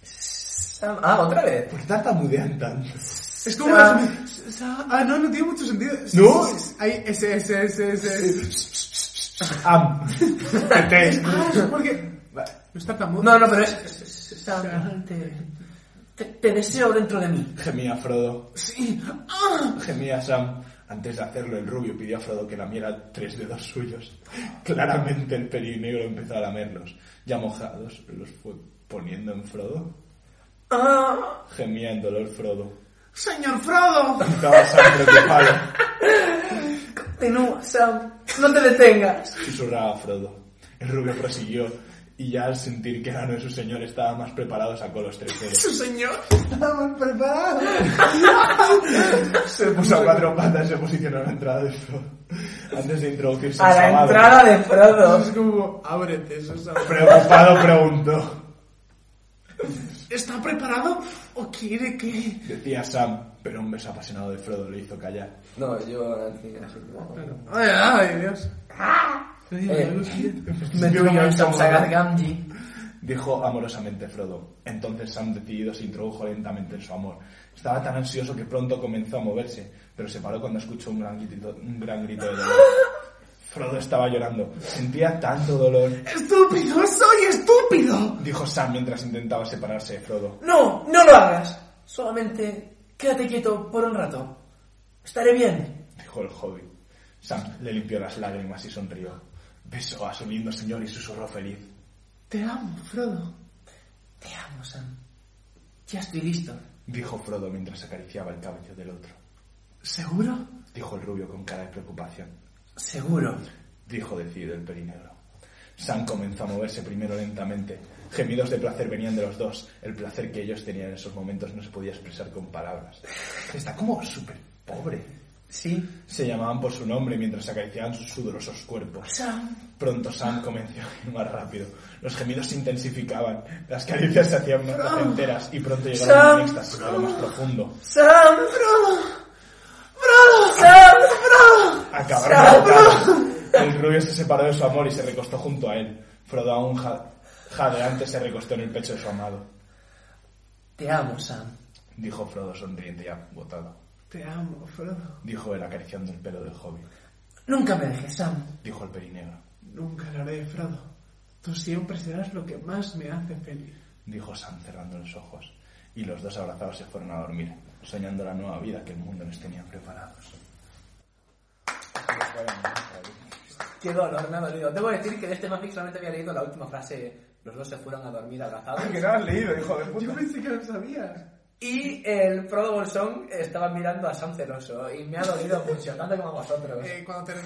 Speaker 4: Sam. Ah, otra vez.
Speaker 2: ¿Por qué tartamudean tanto?
Speaker 1: Es como una- sa- Ah, no, no tiene mucho sentido.
Speaker 2: ¿No?
Speaker 1: Hay ese, ese, ese, ese.
Speaker 2: Am. Tete.
Speaker 1: Ah, es porque... No está tan
Speaker 4: No, no, pero es. Sam, te, te, te deseo dentro de mí.
Speaker 2: Gemía Frodo,
Speaker 1: Sí. Ah.
Speaker 2: gemía Sam. Antes de hacerlo, el rubio pidió a Frodo que lamiera tres dedos suyos. Claramente el perinegro empezó a lamerlos. Ya mojados, los fue poniendo en Frodo.
Speaker 4: ¡Ah!
Speaker 2: Gemía en dolor Frodo.
Speaker 1: Señor Frodo.
Speaker 2: Estaba Sam preocupado.
Speaker 4: Continúa, Sam. No te detengas.
Speaker 2: Susurraba Frodo. El rubio prosiguió y ya al sentir que Arano y su señor estaban más preparados, sacó los tres dedos.
Speaker 1: Su señor. Estamos preparados.
Speaker 2: Se puso a cuatro patas y se posicionó a la entrada de Frodo. Antes de introducirse
Speaker 4: A
Speaker 2: en su
Speaker 4: la
Speaker 2: amado,
Speaker 4: entrada de Frodo.
Speaker 1: Es como... Ábrete, eso es algo.
Speaker 2: Preocupado preguntó.
Speaker 1: ¿Está preparado o quiere que...?
Speaker 2: Decía Sam, pero un beso apasionado de Frodo le hizo callar.
Speaker 4: No, yo así, así como-
Speaker 1: Ay, ay, Dios.
Speaker 4: Eh,
Speaker 2: Yo
Speaker 4: me
Speaker 2: no me
Speaker 4: tuyo
Speaker 2: he
Speaker 4: en
Speaker 2: hecho
Speaker 4: Samsagat
Speaker 2: morir.
Speaker 4: Gamji.
Speaker 2: Dijo amorosamente Frodo. Entonces Sam decidido se introdujo lentamente en su amor. Estaba tan ansioso que pronto comenzó a moverse, pero se paró cuando escuchó un gran grito, un gran grito de dolor. Frodo estaba llorando. Sentía tanto dolor.
Speaker 1: ¡Estúpido! ¡Soy estúpido!
Speaker 2: Dijo Sam mientras intentaba separarse de Frodo.
Speaker 4: No, no lo hagas. Solamente quédate quieto por un rato. Estaré bien.
Speaker 2: Dijo el hobbit. Sam le limpió las lágrimas y sonrió. Besó a su lindo señor y susurró feliz.
Speaker 4: Te amo, Frodo. Te amo, Sam. Ya estoy listo.
Speaker 2: Dijo Frodo mientras acariciaba el cabello del otro.
Speaker 4: ¿Seguro?
Speaker 2: Dijo el rubio con cara de preocupación.
Speaker 4: Seguro.
Speaker 2: Dijo decidido el perinegro. Sam comenzó a moverse primero lentamente. Gemidos de placer venían de los dos. El placer que ellos tenían en esos momentos no se podía expresar con palabras. Está como súper pobre.
Speaker 4: Sí.
Speaker 2: Se llamaban por su nombre mientras acariciaban sus sudorosos cuerpos.
Speaker 4: Sam.
Speaker 2: Pronto Sam comenzó a ir más rápido. Los gemidos se intensificaban, las caricias se hacían más
Speaker 4: Frodo.
Speaker 2: placenteras y pronto llegaron a un
Speaker 4: Sam.
Speaker 2: éxtasis a lo más profundo.
Speaker 4: Sam, Frodo. Frodo, Sam, Frodo.
Speaker 2: Acabaron ahogados. Ah, El rubio se separó de su amor y se recostó junto a él. Frodo aún ja- jadeante se recostó en el pecho de su amado.
Speaker 4: Te amo, Sam.
Speaker 2: Dijo Frodo sonriente y agotado.
Speaker 1: Te amo, Frodo.
Speaker 2: Dijo él acariciando el pelo del hobbit.
Speaker 4: Nunca me dejes, Sam.
Speaker 2: Dijo el perinegro.
Speaker 1: Nunca lo haré, Frodo. Tú siempre serás lo que más me hace feliz.
Speaker 2: Dijo Sam cerrando los ojos. Y los dos abrazados se fueron a dormir, soñando la nueva vida que el mundo les tenía preparados. Ah,
Speaker 3: Qué dolor, me ha dolido. Debo decir que de este fanfic solamente había leído la última frase. Los dos se fueron a dormir abrazados.
Speaker 2: Que no lo han leído, hijo de
Speaker 1: Yo
Speaker 2: puta.
Speaker 1: pensé que lo sabías.
Speaker 3: Y el Frodo Bolsón estaba mirando a Sam celoso. Y me ha dolido mucho, tanto como a vosotros.
Speaker 1: Eh, cuando te-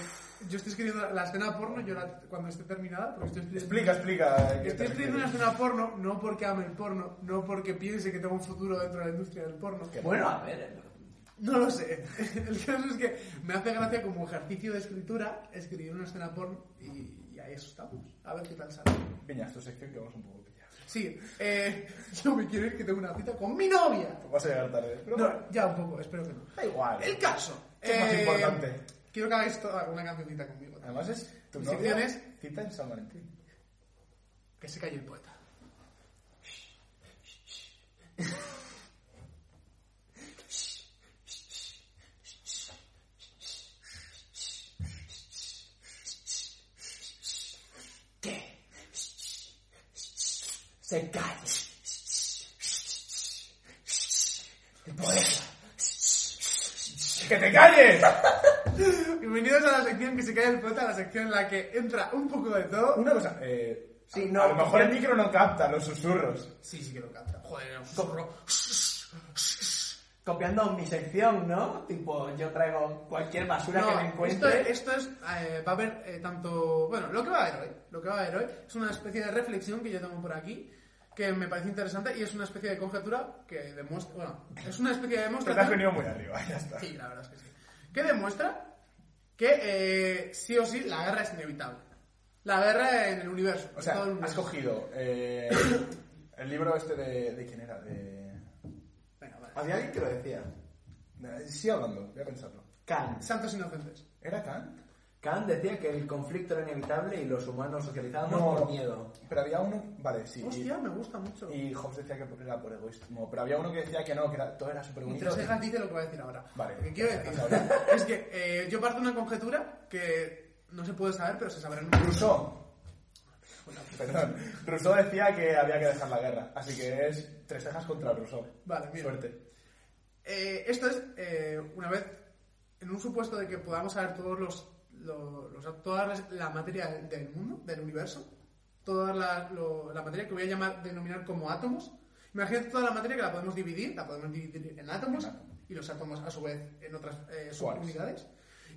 Speaker 1: Yo estoy escribiendo la escena porno, yo la- cuando esté terminada, porque estoy escribiendo-
Speaker 2: Explica, explica. ¿qué te
Speaker 1: Estoy escribiendo una
Speaker 2: refieres?
Speaker 1: escena porno, no porque ame el porno, no porque piense que tengo un futuro dentro de la industria del porno.
Speaker 3: Bueno, a ver. eh,
Speaker 1: No lo sé. El caso es que me hace gracia como ejercicio de escritura escribir una escena porno y, y ahí eso estamos. A ver qué tal sale.
Speaker 2: Viñas, tu sección que vamos un poco pillados.
Speaker 1: Sí, eh, yo me quiero ir que tengo una cita con mi novia.
Speaker 2: Vas a llegar tarde. Pero bueno,
Speaker 1: No, ya un poco, espero que no.
Speaker 2: da igual.
Speaker 1: El caso. eh,
Speaker 2: ¿Qué es más importante?
Speaker 1: Quiero que hagáis toda una cancioncita conmigo.
Speaker 2: Además es tu
Speaker 1: Mi
Speaker 2: novia
Speaker 1: sección es-
Speaker 2: cita en San Valentín.
Speaker 1: Que se calle el poeta.
Speaker 3: Se calle. El poeta.
Speaker 2: ¡Que te calles!
Speaker 1: Bienvenidos a la sección que se calle el poeta, la sección en la que entra un poco de todo.
Speaker 2: Una cosa, eh,
Speaker 3: Sí,
Speaker 2: a-
Speaker 3: no.
Speaker 2: a lo mejor el micro no capta los susurros.
Speaker 1: Sí, sí que lo canta. Joder, era un zorro.
Speaker 3: Copiando mi sección, ¿no? Tipo, yo traigo cualquier basura que me
Speaker 1: esto,
Speaker 3: encuentre.
Speaker 1: esto es, eh, va a haber eh, tanto, bueno, lo que va a haber hoy, lo que va a haber hoy es una especie de reflexión que yo tengo por aquí, que me parece interesante y es una especie de conjetura que demuestra, bueno, es una especie de
Speaker 2: Te has
Speaker 1: demostración.
Speaker 2: venido muy arriba, ya está.
Speaker 1: Sí, la verdad es que sí. Que demuestra que eh, sí o sí la guerra es inevitable. La guerra en el universo.
Speaker 2: O
Speaker 1: en
Speaker 2: sea,
Speaker 1: todo el
Speaker 2: has
Speaker 1: universo.
Speaker 2: cogido eh, el libro este de... ¿De quién era? De...
Speaker 1: Venga, vale.
Speaker 2: Había alguien que lo decía. Eh, Sí hablando, voy a pensarlo.
Speaker 3: Kant.
Speaker 1: Santos inocentes.
Speaker 2: ¿Era Kant?
Speaker 3: Kant decía que el conflicto era inevitable y los humanos socializábamos por miedo.
Speaker 2: Pero había uno... Vale, sí. y-
Speaker 1: Hostia, me gusta mucho. Y,
Speaker 2: Y Hobbes decía que era por egoísmo. Pero había uno que decía que no, que era, todo era súper bonito.
Speaker 1: tras deja, dice lo que voy a decir ahora.
Speaker 2: Vale.
Speaker 1: Lo que quiero decir es que eh, yo parto de una conjetura que no se puede saber, pero se sabrá en un
Speaker 2: Rousseau. Perdón. Rousseau decía que había que dejar la guerra. Así que es tres cejas contra Rousseau.
Speaker 1: Vale, bien.
Speaker 2: Suerte.
Speaker 1: Eh, esto es, eh, una vez, en un supuesto de que podamos saber todos los, lo- los- toda la- la materia del mundo, del universo, toda la, lo- la materia que voy a llamar, denominar como átomos. Imagínate toda la materia que la podemos dividir, la podemos dividir en átomos,
Speaker 2: En átomos.
Speaker 1: y los átomos a su vez en otras eh,
Speaker 2: Cuares.
Speaker 1: subunidades.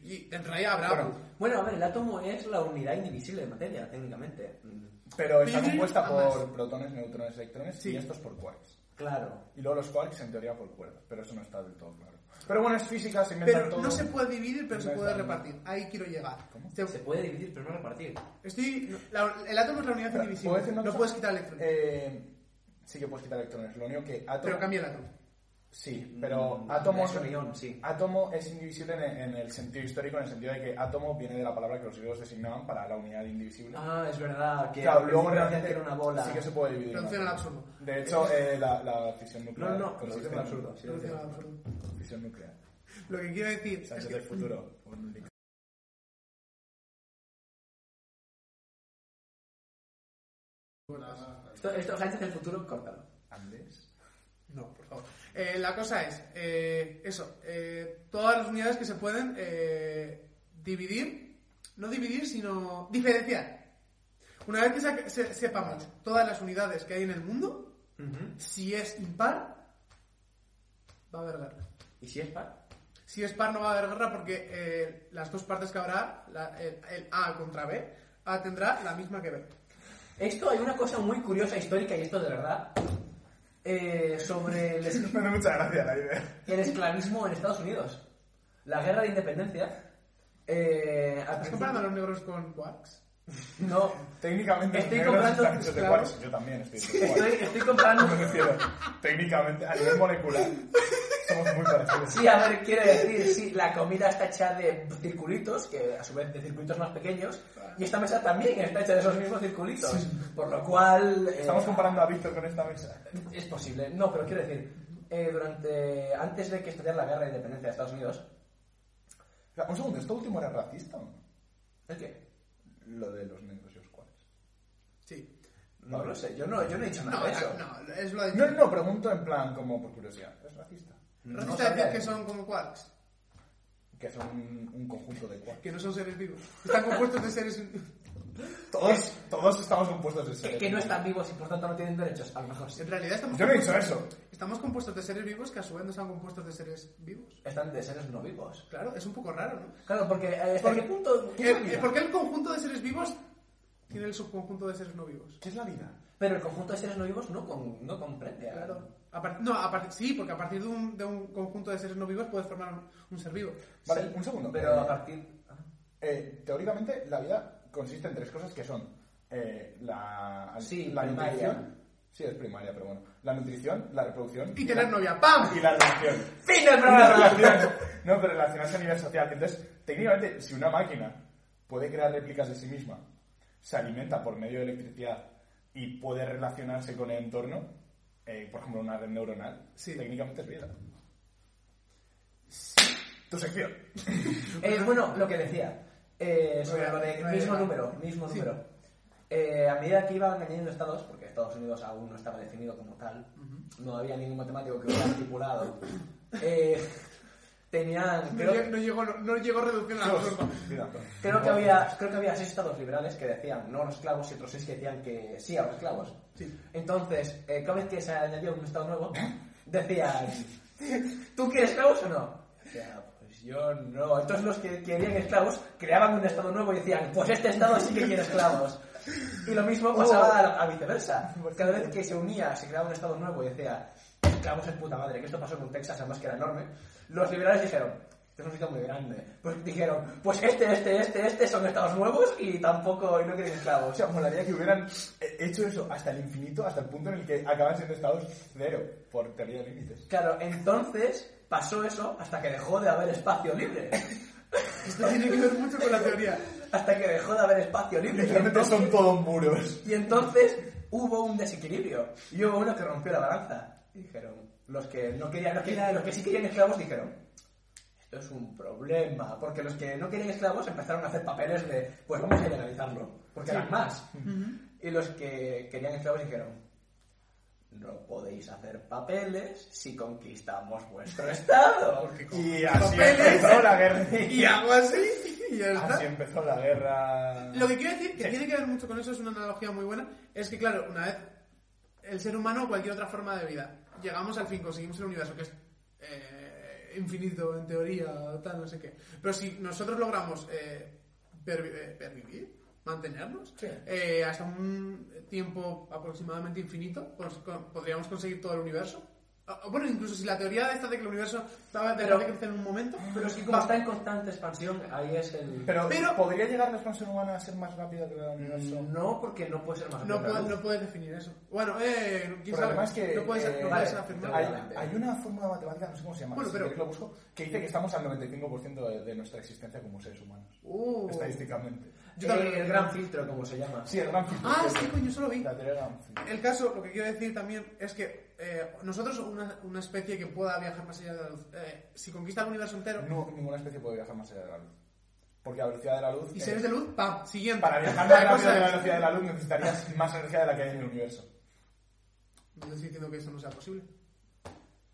Speaker 1: Y en realidad habrá...
Speaker 2: Bueno,
Speaker 3: Bueno, a ver, el átomo es la unidad indivisible de materia, técnicamente. Mm,
Speaker 2: Pero está
Speaker 1: Pero-
Speaker 2: compuesta por
Speaker 1: además-
Speaker 2: protones, neutrones, electrones
Speaker 1: Sí.
Speaker 2: y estos por quarks.
Speaker 3: Claro.
Speaker 2: Y luego los quarks en teoría por cuerdas, pero eso no está del todo claro. Pero bueno, es física, se inventa
Speaker 1: pero
Speaker 2: todo.
Speaker 1: no se puede dividir, pero se
Speaker 2: Inventan-
Speaker 1: puede repartir. Ahí quiero llegar. Se-
Speaker 3: Se puede dividir, pero no repartir.
Speaker 1: Estoy, la- el átomo es la unidad
Speaker 2: Espera, ¿puedo decir
Speaker 1: indivisible.
Speaker 2: una
Speaker 1: No
Speaker 2: cosa?
Speaker 1: puedes quitar electrones,
Speaker 2: Eh, sí que puedes quitar electrones. Lo único que átomo.
Speaker 1: pero cambia el átomo.
Speaker 2: Sí, pero
Speaker 3: Mm,
Speaker 2: átomo,
Speaker 3: es un ion, sí.
Speaker 2: átomo es indivisible en, en el sentido histórico, en el sentido de que átomo viene de la palabra que los griegos designaban para la unidad indivisible.
Speaker 3: Ah, es verdad, que
Speaker 2: claro,
Speaker 3: al
Speaker 2: luego
Speaker 3: principio
Speaker 2: realmente
Speaker 3: decían que era una bola.
Speaker 2: Sí que se puede dividir. en
Speaker 1: Reducción al
Speaker 2: átomos.
Speaker 1: absurdo.
Speaker 2: De hecho, eh, la, la fisión
Speaker 3: No,
Speaker 2: nuclear.
Speaker 3: no, no,
Speaker 2: consiste
Speaker 3: es un
Speaker 2: en-
Speaker 3: absurdo. sí, lo
Speaker 1: Reducción
Speaker 3: decían.
Speaker 1: al absurdo.
Speaker 2: Fisión nuclear.
Speaker 1: Lo que quiero decir es
Speaker 2: Sánchez
Speaker 1: que
Speaker 2: del futuro. un link.
Speaker 3: Esto, esto, Sánchez del futuro, córtalo.
Speaker 2: Andes.
Speaker 1: No, por favor. Eh, la cosa es, eh, eso, eh, todas las unidades que se pueden eh, dividir, no dividir, sino diferenciar. Una vez que sa- se- sepamos todas las unidades que hay en el mundo, si es impar, va a haber guerra.
Speaker 3: ¿Y si es par?
Speaker 1: Si es par no va a haber guerra porque eh, las dos partes que habrá, la- el, el A contra B, A tendrá la misma que B.
Speaker 3: Esto hay una cosa muy curiosa histórica y esto de verdad eh, sobre el, es-
Speaker 2: Me da mucha gracia la idea.
Speaker 3: el esclavismo en Estados Unidos. La guerra de independencia. eh, al
Speaker 1: ¿Estás
Speaker 3: principio-
Speaker 1: comparando a los negros con Quarks?
Speaker 3: No,
Speaker 2: Técnicamente,
Speaker 3: Estoy
Speaker 2: los negros
Speaker 3: comprando
Speaker 2: están hechos de
Speaker 3: esclavos.
Speaker 2: cuares. Yo también estoy hecho de
Speaker 3: estoy,
Speaker 2: cuares.
Speaker 3: estoy comprando.
Speaker 2: Me refiero, técnicamente, a nivel molecular, somos muy parecidos.
Speaker 3: Sí, a ver, quiere decir, sí, la comida está hecha de circulitos, que a su vez de circuitos más pequeños, y esta mesa también está hecha de esos mismos circulitos, por lo cual... eh,
Speaker 2: Estamos comparando a Víctor con esta mesa.
Speaker 3: Es posible, no, pero quiero decir, eh, durante... Antes de que estallara la guerra de independencia de Estados Unidos...
Speaker 2: O sea, Un segundo, ¿esto último era racista o no?
Speaker 3: ¿El qué?
Speaker 2: Lo de los negros y los cuales.
Speaker 1: Sí.
Speaker 3: No lo sé, yo no, yo no he dicho nada
Speaker 1: No,
Speaker 3: de eso.
Speaker 1: no, es lo de...
Speaker 2: No, no, pregunto en plan como por curiosidad. ¿Es racista?
Speaker 1: Racista
Speaker 3: sabía
Speaker 1: decir que
Speaker 3: eso.
Speaker 1: son como quarks,
Speaker 2: Que son un, un conjunto de cuatro.
Speaker 1: que no son seres vivos. Están compuestos de seres...
Speaker 2: Todos, todos estamos compuestos de
Speaker 3: Que,
Speaker 2: seres.
Speaker 3: que no están vivos y por tanto no tienen derechos, a lo mejor sí.
Speaker 1: En realidad estamos...
Speaker 2: Yo no he dicho
Speaker 1: compuestos-
Speaker 2: eso.
Speaker 1: Estamos compuestos de seres vivos que a su vez no están compuestos de seres vivos.
Speaker 3: Están de seres no vivos.
Speaker 1: Claro, es un poco raro, ¿no?
Speaker 3: Claro, porque... eh, ¿Hasta qué punto...? ¿qué es la
Speaker 1: Eh, eh,
Speaker 3: vida?
Speaker 1: ¿Por qué el conjunto de seres vivos tiene el subconjunto de seres no vivos?
Speaker 2: ¿Qué es la vida?
Speaker 3: Pero el conjunto de seres no vivos no, con- no comprende. a-
Speaker 1: Claro. A par- no, a par- sí, porque a partir de un, de un conjunto de seres no vivos puedes formar un, un ser vivo.
Speaker 2: Vale,
Speaker 3: Sí,
Speaker 2: un segundo.
Speaker 3: Pero
Speaker 2: Eh,
Speaker 3: a partir. ah,
Speaker 2: Eh, teóricamente, la vida consiste en tres cosas que son eh, la,
Speaker 3: Sí,
Speaker 2: la
Speaker 3: primaria.
Speaker 2: nutrición. Sí, es primaria, pero bueno. La nutrición, la reproducción.
Speaker 1: Y tener
Speaker 2: la-
Speaker 1: novia, ¡pam!
Speaker 2: Y la relación.
Speaker 3: ¡Fin del
Speaker 2: La
Speaker 3: programa!
Speaker 2: relación. No, pero relacionarse a nivel social. Entonces, técnicamente, si una máquina puede crear réplicas de sí misma, se alimenta por medio de electricidad y puede relacionarse con el entorno, eh, por ejemplo, una red neuronal,
Speaker 1: Sí.
Speaker 2: técnicamente es vida. Tu sección.
Speaker 3: Eh, bueno, lo que decía. eh, sobre lo de
Speaker 1: No hay-
Speaker 3: mismo
Speaker 1: no hay-
Speaker 3: número, mismo
Speaker 1: Sí.
Speaker 3: número. Eh, a medida que iban añadiendo estados, porque Estados Unidos aún no estaba definido como tal, no había ningún matemático que hubiera estipulado. eh, tenían.
Speaker 1: No,
Speaker 3: Creo,
Speaker 1: lle- no llegó, no llegó reducción a la
Speaker 2: Dios,
Speaker 1: absurdo.
Speaker 2: vida.
Speaker 3: creo que había, creo que había seis estados liberales que decían no a los esclavos y otros seis que decían que sí a los esclavos.
Speaker 1: Sí.
Speaker 3: Entonces, eh, cada vez que se añadió un estado nuevo, decían, ¿tú quieres esclavos o no? Decía, pues yo no. Entonces los que querían esclavos creaban un estado nuevo y decían, pues este estado sí que quiere esclavos. Y lo mismo
Speaker 2: Oh.
Speaker 3: pasaba a, a viceversa. Cada vez que se unía, se creaba un estado nuevo y decía, esclavos es puta madre, que esto pasó con Texas, además que era enorme, los liberales dijeron, "Esto es un sitio muy grande. Pues dijeron, pues este, este, este, este son estados nuevos y tampoco, y no quieren
Speaker 2: O
Speaker 3: esclavos.
Speaker 2: sea, molaría que hubieran eh, hecho eso hasta el infinito, hasta el punto en el que acaban siendo estados cero por teoría de límites.
Speaker 3: Claro, entonces pasó eso hasta que dejó de haber espacio libre.
Speaker 1: Esto tiene que ver mucho con la teoría.
Speaker 3: Hasta que dejó de haber espacio libre. Y
Speaker 2: Literalmente
Speaker 3: entonces,
Speaker 2: son todos muros.
Speaker 3: y entonces hubo un desequilibrio. Y hubo uno que rompió la balanza. Y dijeron, los que no querían, los que, los que sí querían esclavos dijeron, esto es un problema. Porque los que no querían esclavos empezaron a hacer papeles de, pues vamos a legalizarlo. Porque eran más. Y los que querían esclavos dijeron, no podéis hacer papeles si conquistamos vuestro estado.
Speaker 2: Y así
Speaker 1: Papeles.
Speaker 2: empezó la guerra.
Speaker 1: Y hago así y ya está.
Speaker 2: Así Ah, empezó la guerra.
Speaker 1: Lo
Speaker 3: Ah.
Speaker 1: que quiero decir, que tiene que ver mucho con eso, es una analogía muy buena, es que claro, una vez el ser humano o cualquier otra forma de vida, llegamos al fin, conseguimos el universo, que es eh, infinito en teoría, tal, no sé qué. Pero si nosotros logramos eh, pervi- eh, pervivir, mantenernos,
Speaker 3: Sí.
Speaker 1: eh, hasta un tiempo aproximadamente infinito, pues, con- podríamos conseguir todo el universo. O- o Bueno, incluso si la teoría de esta de que el universo estaba de
Speaker 3: Pero-
Speaker 1: de crecer en un momento,
Speaker 3: Pero es que como está en constante expansión, ahí es el...
Speaker 2: Pero,
Speaker 1: Pero- Mm,
Speaker 2: ¿podría llegar la expansión humana a ser más rápida que la del universo?
Speaker 3: No, porque no puede ser más
Speaker 1: No
Speaker 3: grande.
Speaker 1: puedes no puedes definir eso. Bueno, eh, quién
Speaker 2: Pero
Speaker 1: sabe.
Speaker 2: además que,
Speaker 1: no puedes,
Speaker 2: eh,
Speaker 1: no
Speaker 3: vale,
Speaker 1: puedes afirmar.
Speaker 3: vale.
Speaker 2: Hay, hay una fórmula matemática, no sé cómo se llama,
Speaker 1: Bueno,
Speaker 2: si
Speaker 1: pero-
Speaker 2: queréis lo busco, que dice que estamos al 95% de, de nuestra existencia como seres humanos,
Speaker 1: Uh.
Speaker 2: estadísticamente.
Speaker 1: Yo también-
Speaker 3: Eh, el gran filtro, como se llama.
Speaker 2: Sí, el gran filtro.
Speaker 1: Ah, sí, coño, eso lo vi.
Speaker 2: La teoría del gran filtro.
Speaker 1: El caso, lo que quiero decir también es que eh, nosotros, una, una especie que pueda viajar más allá de la luz, eh, si conquista el universo entero
Speaker 2: No, ninguna especie puede viajar más allá de la luz. Porque la velocidad de la luz...
Speaker 1: y
Speaker 2: eh,
Speaker 1: seres de luz, ¡pam! Siguiente.
Speaker 2: Para viajar más
Speaker 1: La
Speaker 2: rápido
Speaker 1: cosa
Speaker 2: de la
Speaker 1: es-
Speaker 2: velocidad de la luz necesitarías más energía de la que hay en el universo.
Speaker 1: No estoy diciendo que eso no sea posible.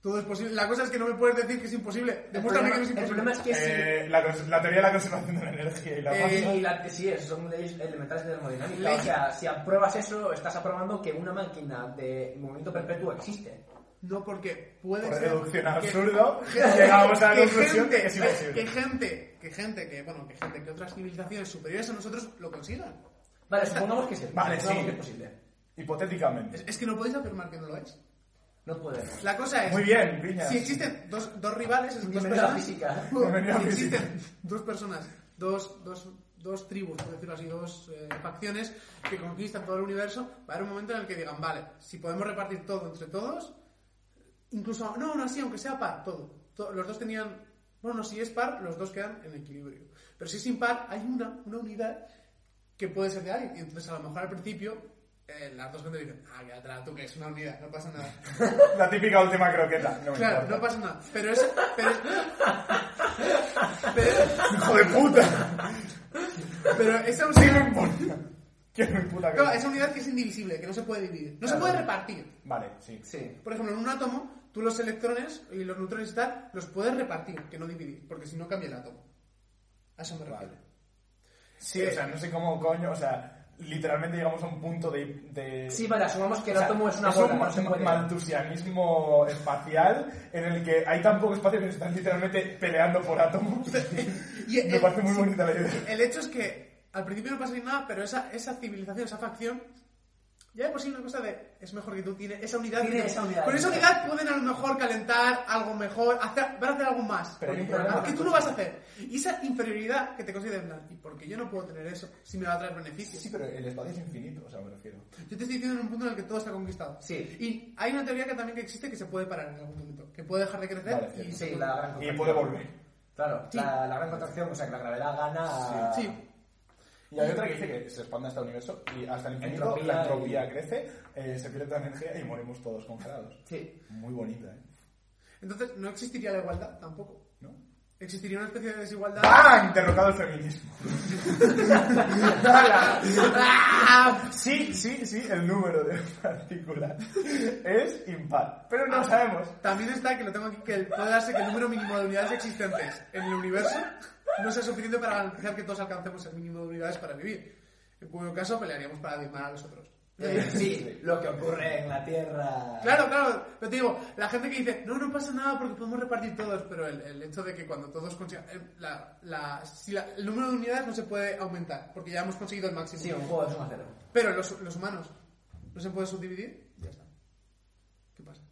Speaker 1: Todo es posible. La cosa es que no me puedes decir que es imposible. Demuéstrame que no es
Speaker 3: El
Speaker 1: imposible.
Speaker 3: problema es que
Speaker 2: Eh, la, cons- la teoría de la conservación de la energía y la
Speaker 1: Eh,
Speaker 2: masa.
Speaker 3: sí. Y la, sí, es- son leyes elementales de termodinámica. O sea, si apruebas eso, estás aprobando que una máquina de movimiento perpetuo existe.
Speaker 1: No, porque puede
Speaker 2: Por
Speaker 1: ser.
Speaker 2: reducción
Speaker 1: que-
Speaker 2: absurdo, llegamos a la conclusión de que es imposible.
Speaker 1: Que gente, que gente, que bueno, que gente, que otras civilizaciones superiores a nosotros lo consigan.
Speaker 3: Vale, supongamos que sí.
Speaker 2: Vale,
Speaker 3: supongamos
Speaker 2: sí.
Speaker 3: que es posible.
Speaker 2: Hipotéticamente.
Speaker 1: Es, es que no podéis afirmar que no lo es.
Speaker 3: No podemos.
Speaker 1: La cosa es.
Speaker 2: Muy bien, Viña.
Speaker 1: Si existen dos, dos rivales, es dos
Speaker 3: Bienvenido a la
Speaker 1: personas.
Speaker 3: física.
Speaker 2: Bienvenido a la
Speaker 1: Si
Speaker 2: física.
Speaker 1: existen dos personas, dos, dos, dos tribus, por decirlo así, dos eh, facciones que conquistan todo el universo, va a haber un momento en el que digan, vale, si podemos repartir todo entre todos, incluso, no, no así, aunque sea par, todo. To- los dos tenían, bueno, si es par, los dos quedan en equilibrio. Pero si es impar, hay una, una unidad que puede ser de alguien. Y entonces a lo mejor al principio eh, las dos gente dicen, ah, qué atrás, tú que es una unidad, no pasa nada.
Speaker 2: La típica última croqueta. No me
Speaker 1: Claro,
Speaker 2: importa.
Speaker 1: no pasa nada. Pero es. Pero, pero,
Speaker 2: ¡Hijo de puta!
Speaker 1: pero esa,
Speaker 2: Sí me
Speaker 1: unidad,
Speaker 2: importa. ¿Qué me puta
Speaker 1: no,
Speaker 2: que-
Speaker 1: esa unidad que es indivisible, que no se puede dividir. No se puede repartir.
Speaker 2: Vale, sí.
Speaker 3: Sí.
Speaker 1: Por ejemplo, en un átomo, tú los electrones y los neutrones y tal, los puedes repartir, que no dividir, porque si no cambia el átomo. A eso me refiero.
Speaker 2: Sí, o sea, no sé cómo coño, o sea, literalmente llegamos a un punto de... de-
Speaker 3: Sí, vale, asumamos que
Speaker 2: o
Speaker 3: el
Speaker 2: sea,
Speaker 3: átomo es una
Speaker 2: es
Speaker 3: bola,
Speaker 2: un
Speaker 3: no se
Speaker 2: ma-
Speaker 3: puede.
Speaker 2: maltusianismo espacial en el que hay tan poco espacio que se están literalmente peleando por átomos.
Speaker 1: Y el-
Speaker 2: Me parece muy
Speaker 1: sí.
Speaker 2: bonita la idea.
Speaker 1: El hecho es que al principio no pasa ni nada, pero esa, esa civilización, esa facción, ya de por sí una cosa de es mejor que tú, tiene esa unidad.
Speaker 3: Tiene
Speaker 1: que-
Speaker 3: esa unidad.
Speaker 1: Con esa unidad pueden a lo mejor calentar algo mejor, hacer, van a hacer algo más.
Speaker 2: Pero hay un
Speaker 3: problema.
Speaker 1: Que tú no vas a hacer. Y esa inferioridad que te consideras, en plan, ¿y porque yo no puedo tener eso si me va a traer beneficios?
Speaker 2: Sí, pero el espacio es infinito, o sea, me refiero.
Speaker 1: Yo te estoy diciendo en un punto en el que todo está conquistado.
Speaker 3: Sí.
Speaker 1: Y hay una teoría que también que existe que se puede parar en algún momento, que puede dejar de crecer
Speaker 2: Vale,
Speaker 1: y
Speaker 2: cierto.
Speaker 3: Sí, la gran
Speaker 2: Y
Speaker 3: contracción.
Speaker 2: puede volver.
Speaker 3: Claro,
Speaker 1: Sí.
Speaker 3: la, la gran contracción, o sea, que la gravedad gana.
Speaker 1: Sí.
Speaker 2: Y hay otra que dice que se expande hasta el universo y hasta el infinito
Speaker 3: Entropía
Speaker 2: la entropía
Speaker 3: y-
Speaker 2: crece, eh, se pierde toda energía y morimos todos congelados.
Speaker 3: Sí.
Speaker 2: Muy bonita, ¿eh?
Speaker 1: Entonces no existiría la igualdad tampoco.
Speaker 2: ¿No?
Speaker 1: Existiría una especie de desigualdad.
Speaker 3: Ah,
Speaker 2: ¡Bang! Derrocado el feminismo.
Speaker 1: ¡Ah!
Speaker 2: Sí, sí, sí, el número de partículas es impar, pero
Speaker 1: Ah.
Speaker 2: no sabemos.
Speaker 1: También está que lo tengo aquí que el- puede darse que el número mínimo de unidades existentes en el universo no sea suficiente para garantizar que todos alcancemos el mínimo de unidades para vivir. En cuyo caso pelearíamos para diezmar a los otros.
Speaker 3: Eh, sí, lo que ocurre en la Tierra.
Speaker 1: Claro, claro, pero te digo, la gente que dice, no, no pasa nada porque podemos repartir todos, pero el, el hecho de que cuando todos consigan, el- la, la- si la- el número de unidades no se puede aumentar, porque ya hemos conseguido el máximo.
Speaker 3: Sí, un juego es 1 a 0.
Speaker 1: Pero los, los humanos, ¿no se puede subdividir? Ya está. ¿Qué pasa?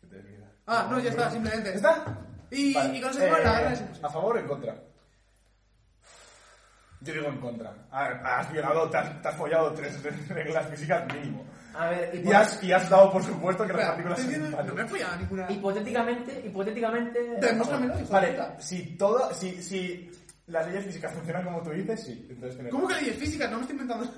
Speaker 2: Que te olvidas.
Speaker 1: Ah, no, ya está, simplemente.
Speaker 2: ¿Ya está?
Speaker 1: Y,
Speaker 2: Vale,
Speaker 1: y con eso
Speaker 2: eh,
Speaker 1: la guerra es imposible.
Speaker 2: ¿A favor o en contra? Yo digo en contra. A ver, Has violado, te has, te has follado tres reglas físicas mínimo.
Speaker 3: A ver,
Speaker 2: Y has, y has dado por supuesto que las
Speaker 1: Espera,
Speaker 2: partículas
Speaker 1: estoy
Speaker 2: son
Speaker 1: diciendo-
Speaker 2: impares.
Speaker 1: no me he follado ninguna.
Speaker 3: hipotéticamente, hipotéticamente.
Speaker 1: Demuéstramelo, hijo de
Speaker 2: Vale,
Speaker 1: puta.
Speaker 2: si todo, si, si las leyes físicas funcionan como tú dices, sí. Entonces tenemos
Speaker 1: ¿Cómo que leyes físicas? No me estoy inventando. nada.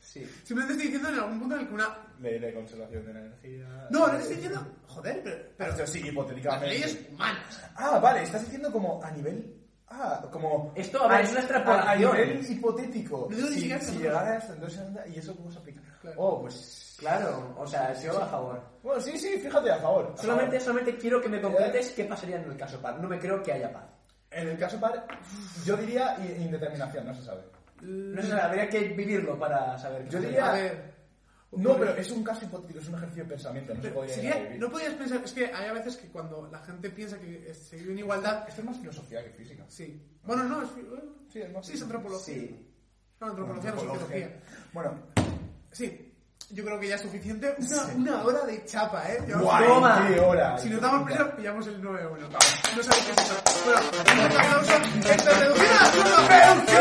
Speaker 3: Sí.
Speaker 1: Simplemente estoy diciendo en algún punto en el que una.
Speaker 2: ley de conservación de la energía.
Speaker 1: No, no estoy diciendo. Joder, pero.
Speaker 2: Pero eso sí,
Speaker 1: Las
Speaker 2: hipotéticamente.
Speaker 1: leyes humanas.
Speaker 2: Ah, vale, estás diciendo como a nivel. Ah, como.
Speaker 3: Esto, a ver, es una extrapolación.
Speaker 2: A nivel hipotético.
Speaker 1: No digo ni
Speaker 2: si,
Speaker 1: siquiera que
Speaker 2: si
Speaker 1: nosotros-
Speaker 2: llegaras, entonces anda, ¿y eso cómo se aplica?
Speaker 1: Claro.
Speaker 2: Oh, pues.
Speaker 3: Claro, o sea, yo a favor.
Speaker 2: Bueno, sí, sí, fíjate, a favor. a
Speaker 3: Solamente,
Speaker 2: favor.
Speaker 3: solamente quiero que me concretes qué pasaría en el caso par. No me creo que haya paz.
Speaker 2: En el caso par, yo diría i- indeterminación, no se sabe.
Speaker 3: No sé, habría que vivirlo para saber. qué
Speaker 2: Yo
Speaker 3: pasaría.
Speaker 2: diría-
Speaker 1: A ver.
Speaker 2: No, pero es un caso hipotético, es un ejercicio de pensamiento, no se
Speaker 1: pero
Speaker 2: podría
Speaker 1: sería-
Speaker 2: vivir.
Speaker 1: no podías pensar. Es que hay a veces que cuando la gente piensa que eh, se vive en igualdad.
Speaker 2: Esto es más filosofía que física.
Speaker 1: Sí. Bueno, no, es. eh,
Speaker 2: Sí, es más-
Speaker 1: Sí, es antropología.
Speaker 3: Sí.
Speaker 1: No, antropología no es filosofía.
Speaker 2: Bueno,
Speaker 1: Sí. Yo creo que ya es suficiente. Una, una hora de chapa, ¿eh? Llevamos
Speaker 2: guay,
Speaker 3: Toma.
Speaker 2: qué hora.
Speaker 1: Si nos damos prisa, pillamos el 9-1. No sabemos qué es eso. Bueno, un aplauso. ¡Esto es reducido a absurdo, pero-